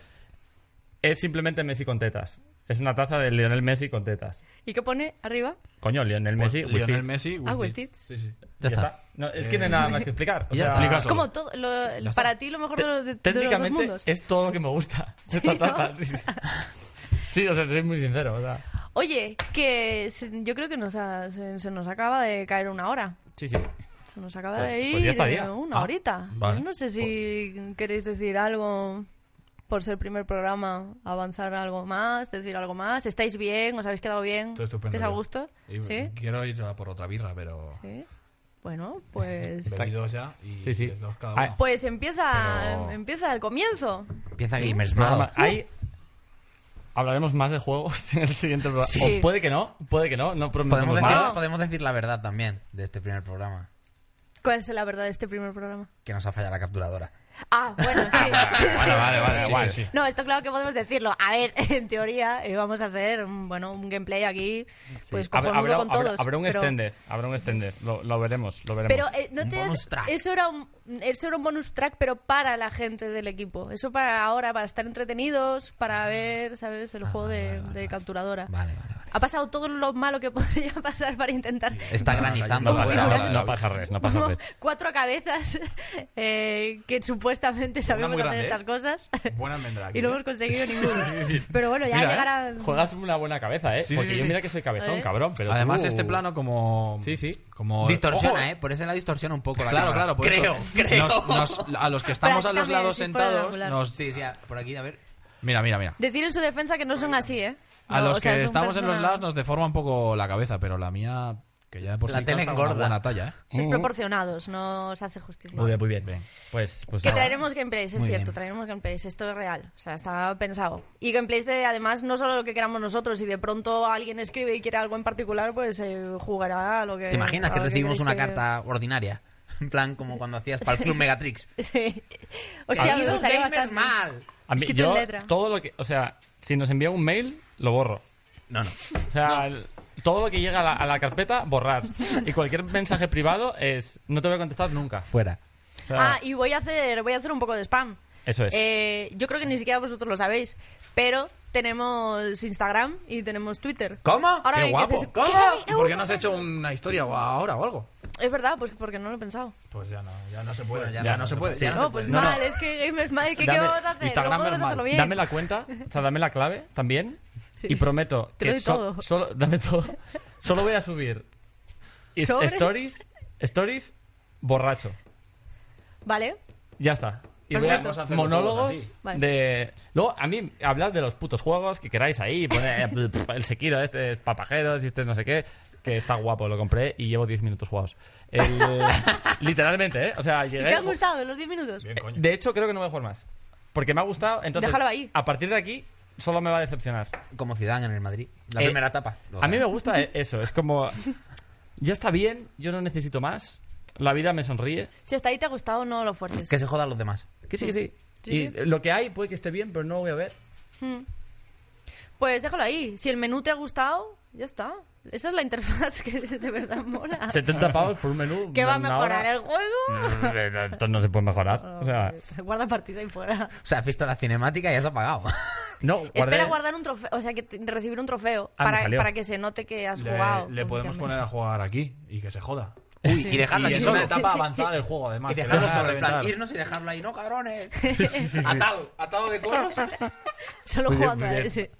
B: Es simplemente Messi con tetas. Es una taza de Lionel Messi con tetas.
A: ¿Y qué pone arriba?
B: Coño, Lionel Messi. with
E: Pues Lionel
B: tits.
E: Messi. with
A: Ah, with
E: tits.
A: tits.
E: Sí, sí.
D: Ya
B: Ya
D: está.
B: está. No, es que no hay nada más que explicar. O
D: ya
B: sea,
D: está. Explica
A: Es
D: Solo.
A: como todo, lo-
D: está.
A: para ti lo mejor de los, de, de los dos
B: Técnicamente eh,
A: mundos.
B: es todo lo que me gusta. Esta
A: ¿no?
B: taza, sí, sí. Sí, o sea, soy muy sincero. o sea.
A: Oye, que se- yo creo que nos ha- se, se nos acaba de caer una hora.
B: Sí, sí.
A: Se nos acaba
B: Pues-
A: de ir
B: pues ya estaría.
A: eh, una
B: Ah,
A: horita.
B: vale. Pues-
A: Yo no sé si queréis decir algo por ser primer programa, avanzar algo más, decir algo más. ¿Estáis bien? ¿Os habéis quedado bien?
E: Estoy estupendo.
A: ¿Estáis a
E: yo.
A: gusto?
E: Y
A: ¿Sí?
E: Quiero ir a por otra birra, pero...
A: ¿Sí? Bueno, pues...
E: Bebí dos ya y
B: Sí, sí.
E: dos cada
B: Ah,
E: uno.
A: Pues empieza,
E: Pero-
A: empieza el comienzo.
D: Empieza Gamers
B: Programa-
D: Mad.
B: Ahí hablaremos más de juegos en el siguiente programa.
A: Sí.
B: O puede que no, puede que no. No prometemos
D: Podemos decir,
B: nada.
D: podemos decir la verdad también de este primer programa.
A: ¿Cuál es la verdad de este primer programa?
D: Que nos ha fallado la capturadora.
A: Ah, bueno, sí.
B: Vale, vale, vale.
D: Sí,
B: guay.
D: sí,
A: No, esto claro que podemos decirlo. A ver, en teoría eh, vamos a hacer un, bueno, un gameplay aquí, pues
B: Hab-
A: cojonudo
B: habrá,
A: con
B: habrá-
A: todos.
B: habrá un
A: pero,
B: extender, habrá un extender, lo, lo veremos, lo veremos.
A: Pero eh, no
D: Un
A: te
D: bonus track.
A: eso era un eso era un bonus track, pero para la gente del equipo. Eso para ahora, para estar entretenidos, para ver, ¿sabes? El juego de, de capturadora.
D: Vale, vale, vale.
A: Ha pasado todo lo malo que podía pasar para intentar
D: Está granizando.
B: no, pasa,
A: Uy,
B: nada,
A: uy, uy.
B: no pasa res, no pasa
A: Como
B: res.
A: cuatro cabezas eh, que supuestamente sabemos
E: muy
A: hacer
E: grande,
A: estas
E: ¿eh?
A: cosas
E: Buena almendra aquí,
A: y no
E: ¿eh?
A: hemos conseguido ninguno. Pero bueno, ya
B: pues, Mira,
A: llegará.
B: ¿eh? Juegas una buena cabeza, ¿eh?
E: Sí, sí,
B: Porque
E: sí,
B: yo
E: sí.
B: mira que soy cabezón,
A: ¿Eh?
B: cabrón, pero
E: Además,
B: tú-
E: este plano como...
B: Sí, sí.
E: Como...
D: Distorsiona,
E: ¡Ojo!
D: ¿eh? Por eso la distorsiona un poco la
E: Claro,
D: cámara.
E: claro. por
D: creo,
E: eso.
D: creo.
E: Nos- nos- a los que estamos a los
A: Prácticamente,
E: lados
A: si
E: sentados...
A: fuera
E: Nos...
D: Sí, sí, por aquí, a ver.
E: Mira, mira, mira.
A: Decir en su defensa que no son así, ¿eh?
E: A
A: No,
E: los
A: o sea,
E: que
A: son
E: estamos en los
A: personas-
E: lados nos deforma un poco la cabeza, pero la mía Que ya de por
D: La
E: sí
D: tele
E: calza una
D: engorda.
E: buena talla, ¿eh?
A: Sois proporcionados, no os hace justicia.
B: Muy bien, muy bien.
E: Bien.
B: Pues, pues
A: Que
B: nada.
A: traeremos gameplays, es
D: Muy
A: cierto,
D: bien.
A: traeremos gameplays, esto es real, o sea, está pensado. Y gameplays de, además, no solo lo que queramos nosotros, si de pronto alguien escribe y quiere algo en particular, pues eh, jugará a lo que...
D: ¿Te imaginas
A: a
D: que
A: lo
D: recibimos
A: queréis
D: una
A: que-
D: carta ordinaria? En plan, como cuando hacías para el Club Megatrix.
A: Sí. O sea, me
D: Queridos
A: gustaría
D: gamers
A: bastante.
D: mal!
B: A mí,
A: escrito en
B: yo,
A: letra.
B: todo lo que. O sea, si nos envía un mail, lo borro.
D: No, no.
B: O sea, el- todo lo que llega a la, a la carpeta, borrar. Y cualquier mensaje privado es. No te voy a contestar nunca.
D: Fuera.
B: O sea,
A: Ah, y voy a hacer, voy a hacer un poco de spam.
B: Eso es.
A: Eh, yo creo que ni siquiera vosotros lo sabéis, pero tenemos Instagram y tenemos Twitter.
D: ¿Cómo?
A: Ahora
B: ¡Qué
A: bien, ¿qué es
B: guapo!
A: eso?
D: ¿Cómo?
A: ¿Qué?
E: ¿Por qué no has hecho una historia o ahora o algo?
A: uh, Es verdad, pues porque no lo he pensado.
E: Pues ya no, ya no se puede.
D: Bueno,
E: ya, no, se puede.
D: Sí,
E: ya
D: no
E: no
A: No,
D: se
A: pues
D: puede.
B: No,
A: mal,
B: no.
A: es que gamers mal, ¿qué, qué
B: Dame-
A: vamos a hacer?
E: Instagram
A: no podemos
E: normal.
A: hacerlo bien.
B: Dame la cuenta, o sea, dame la clave también.
A: Sí.
B: Y prometo
A: Te
B: que
A: doy
B: so-
A: todo.
B: solo dame todo. Solo voy a subir is-
A: Sobres.
B: stories, stories borracho.
A: Vale.
B: Ya está. Y voy
E: Perfecto.
B: a
E: Vamos a hacerlo todos
B: monólogos
E: así.
A: Vale.
B: de luego a mí hablad de los putos juegos que queráis ahí, poner el Sekiro, este es papajeros y este es no sé qué, que está guapo, lo compré y llevo 10 minutos jugados. El- literalmente, ¿eh? O sea,
A: ¿Y
B: llegué
A: te han gustado los 10 minutos?
E: Bien, coño.
B: De hecho, creo que no voy a jugar más. Porque me ha gustado, entonces
A: Déjalo ahí.
B: a partir de aquí solo me va a decepcionar.
D: Como Zidane en el Madrid. La
B: Eh,
D: primera etapa.
B: A mí me gusta e- eso, es como ya está bien, yo no necesito más. La vida me sonríe.
A: Si hasta ahí te ha gustado, no lo fuerces.
D: Que se jodan los demás.
B: Que sí, que sí.
A: Sí,
B: y
A: sí.
B: eh, lo que hay puede que esté bien, pero no lo voy a ver.
A: Pues déjalo ahí. Si el menú te ha gustado, ya está. Esa es la interfaz que de verdad mola.
B: 70 pavos por un menú.
A: ¿Qué va a
B: una
A: mejorar
B: hora. Eh,
A: el juego?
B: Esto no se puede mejorar. O sea,
A: Guarda partida y fuera.
D: O sea, has visto la cinemática y has apagado.
B: no, guardé-
A: Espera guardar un trofeo, o sea, que te- recibir un trofeo
B: Ah, me
A: para,
B: salió.
A: para que se note que has jugado.
E: Le, le podemos
A: públicamente.
E: poner a jugar aquí y que se joda.
D: Uy, y dejarlo
E: Y
D: así
E: es
D: solo.
E: una etapa avanzada del juego, además.
D: Y
E: que
D: dejarlo
E: vas a
D: solo. En plan,
E: reventar.
D: irnos y dejarlo ahí. No, cabrones. Atado. Atado de coros.
A: Solo
B: Muy bien,
A: jugando a
B: muy bien.
A: ese.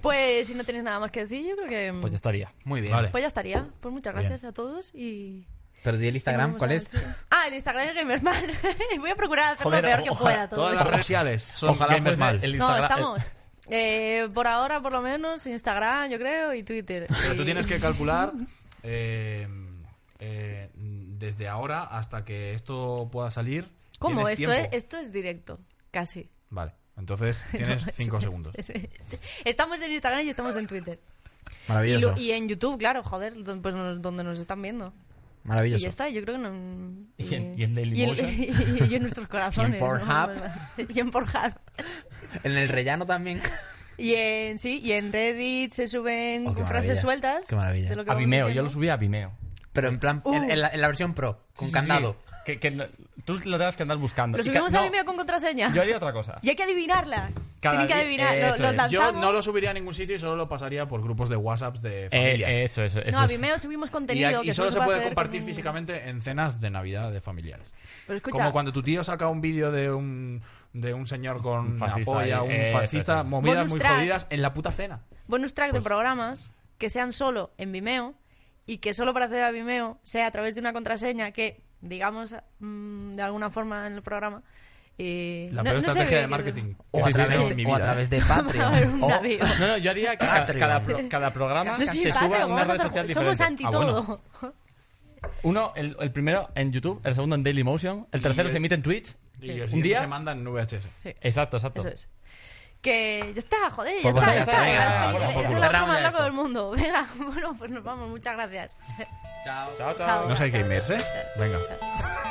A: Pues si no tenéis nada más que decir, yo creo que. mm,
B: Pues ya estaría.
D: Muy bien.
E: Vale.
A: pues ya estaría. Pues muchas
E: Bien.
A: gracias a todos y.
D: Perdí el Instagram.
A: Vamos
D: ¿Cuál
A: a
D: es?
A: ver si- Ah, el Instagram de Gamerman. Voy a procurar hacer
B: Joder,
A: lo peor que
B: ojalá-
A: pueda todo
E: Todas
A: esto.
E: las redes sociales son
B: Ojalá
E: gamers
B: fuese
E: mal.
B: el
A: No,
B: Instagram.
A: estamos. Eh, por ahora, por lo menos, Instagram, yo creo, y Twitter.
E: Pero tú
A: Y-
E: tienes que calcular eh, eh, desde ahora hasta que esto pueda salir.
A: ¿Cómo?
E: tienes
A: Esto es,
E: tiempo.
A: esto es directo, casi.
E: Vale, entonces tienes
A: No, es-
E: 5 segundos.
A: Estamos en Instagram y estamos en Twitter. Y,
D: Maravilloso.
A: lo- y en YouTube, claro, joder, don- pues nos- donde nos están viendo. Y ya
D: Maravilloso.
A: está, yo creo que no. eh,
B: Y en- y en Dailymotion.
A: y- y en nuestros corazones. ¿no?
D: Pornhub.
A: Y en Pornhub.
D: En el rellano también.
A: Y en, sí, y en Reddit se suben
D: Oh, qué
A: frases
D: maravilla.
A: sueltas.
D: Qué maravilla.
A: de lo que
B: A
A: vamos
B: Vimeo, yo
A: diciendo.
B: lo subí a Vimeo.
D: Pero en plan, en, en la, en la versión pro, con candado.
B: Sí, que, que no- tú lo tengas que andar buscando.
A: Lo
B: Y ca-
A: subimos a
B: no,
A: Vimeo con contraseña.
B: Yo haría otra cosa.
A: Y hay que adivinarla. Tienen
B: Cada
A: que
B: di-
A: adivinar. Lo-
B: eso
A: los
B: es.
E: Yo
A: lanzamos.
E: no lo subiría a ningún sitio y solo lo pasaría por grupos de WhatsApp de
B: Eh,
E: familias.
B: eso, eso, eso.
A: No, a
B: es.
A: Vimeo subimos
E: y,
A: contenido.
E: aquí-
A: que
E: y solo se
A: va a
E: puede
A: hacer
E: compartir
A: como-
E: físicamente en cenas de Navidad de familiares.
A: Pero escucha,
E: Como cuando tu tío saca un vídeo de un, de un señor con
B: Un fascista,
E: una polla,
B: eh,
E: un
B: eh, eso,
E: fascista,
B: eso.
E: movidas
A: Bonus
E: muy
A: track.
E: jodidas en la puta cena.
A: bonus track de programas que sean solo en Vimeo y que solo para hacer a Vimeo sea a través de una contraseña que, digamos, mm, de alguna forma en el programa. eh,
E: La
A: no-
E: peor
A: no se
E: estrategia
A: ve
E: de
A: que-
E: marketing. que
D: O,
E: se
D: a
E: hizo
D: través,
E: en
D: de,
E: mi
D: o a
E: vida, ¿eh?
D: través de
A: Va a haber
D: Patreon.
A: un
D: O-
A: navío.
B: No, no, yo haría que cada,
D: Patreon.
B: cada pro- cada programa
A: No, sí,
B: se
A: Patreon,
B: suba a una
A: vamos a
B: red
A: hacer-
B: social diferente.
A: somos anti
E: Ah, bueno.
A: todo.
B: Uno, el, el primero en YouTube, el segundo en Dailymotion, el
E: Y
B: tercero
E: el-
B: se emite en Twitch.
E: Y el
B: Un
E: siguiente
B: día-
E: se manda en VHS.
B: Exacto, exacto.
A: Eso es. Que ya está, joder, ya
D: Pues
A: está,
D: bueno,
A: ya
D: ya
A: está. ya
D: está, venga,
A: está.
D: vamos,
A: Es el
D: vamos.
A: auto más
D: Cerramos ya
A: largo
D: esto.
A: del mundo. Venga, bueno, pues nos vamos. Muchas gracias.
D: Chao.
B: Chao, chao.
A: Chao.
E: No sé qué irse. Venga.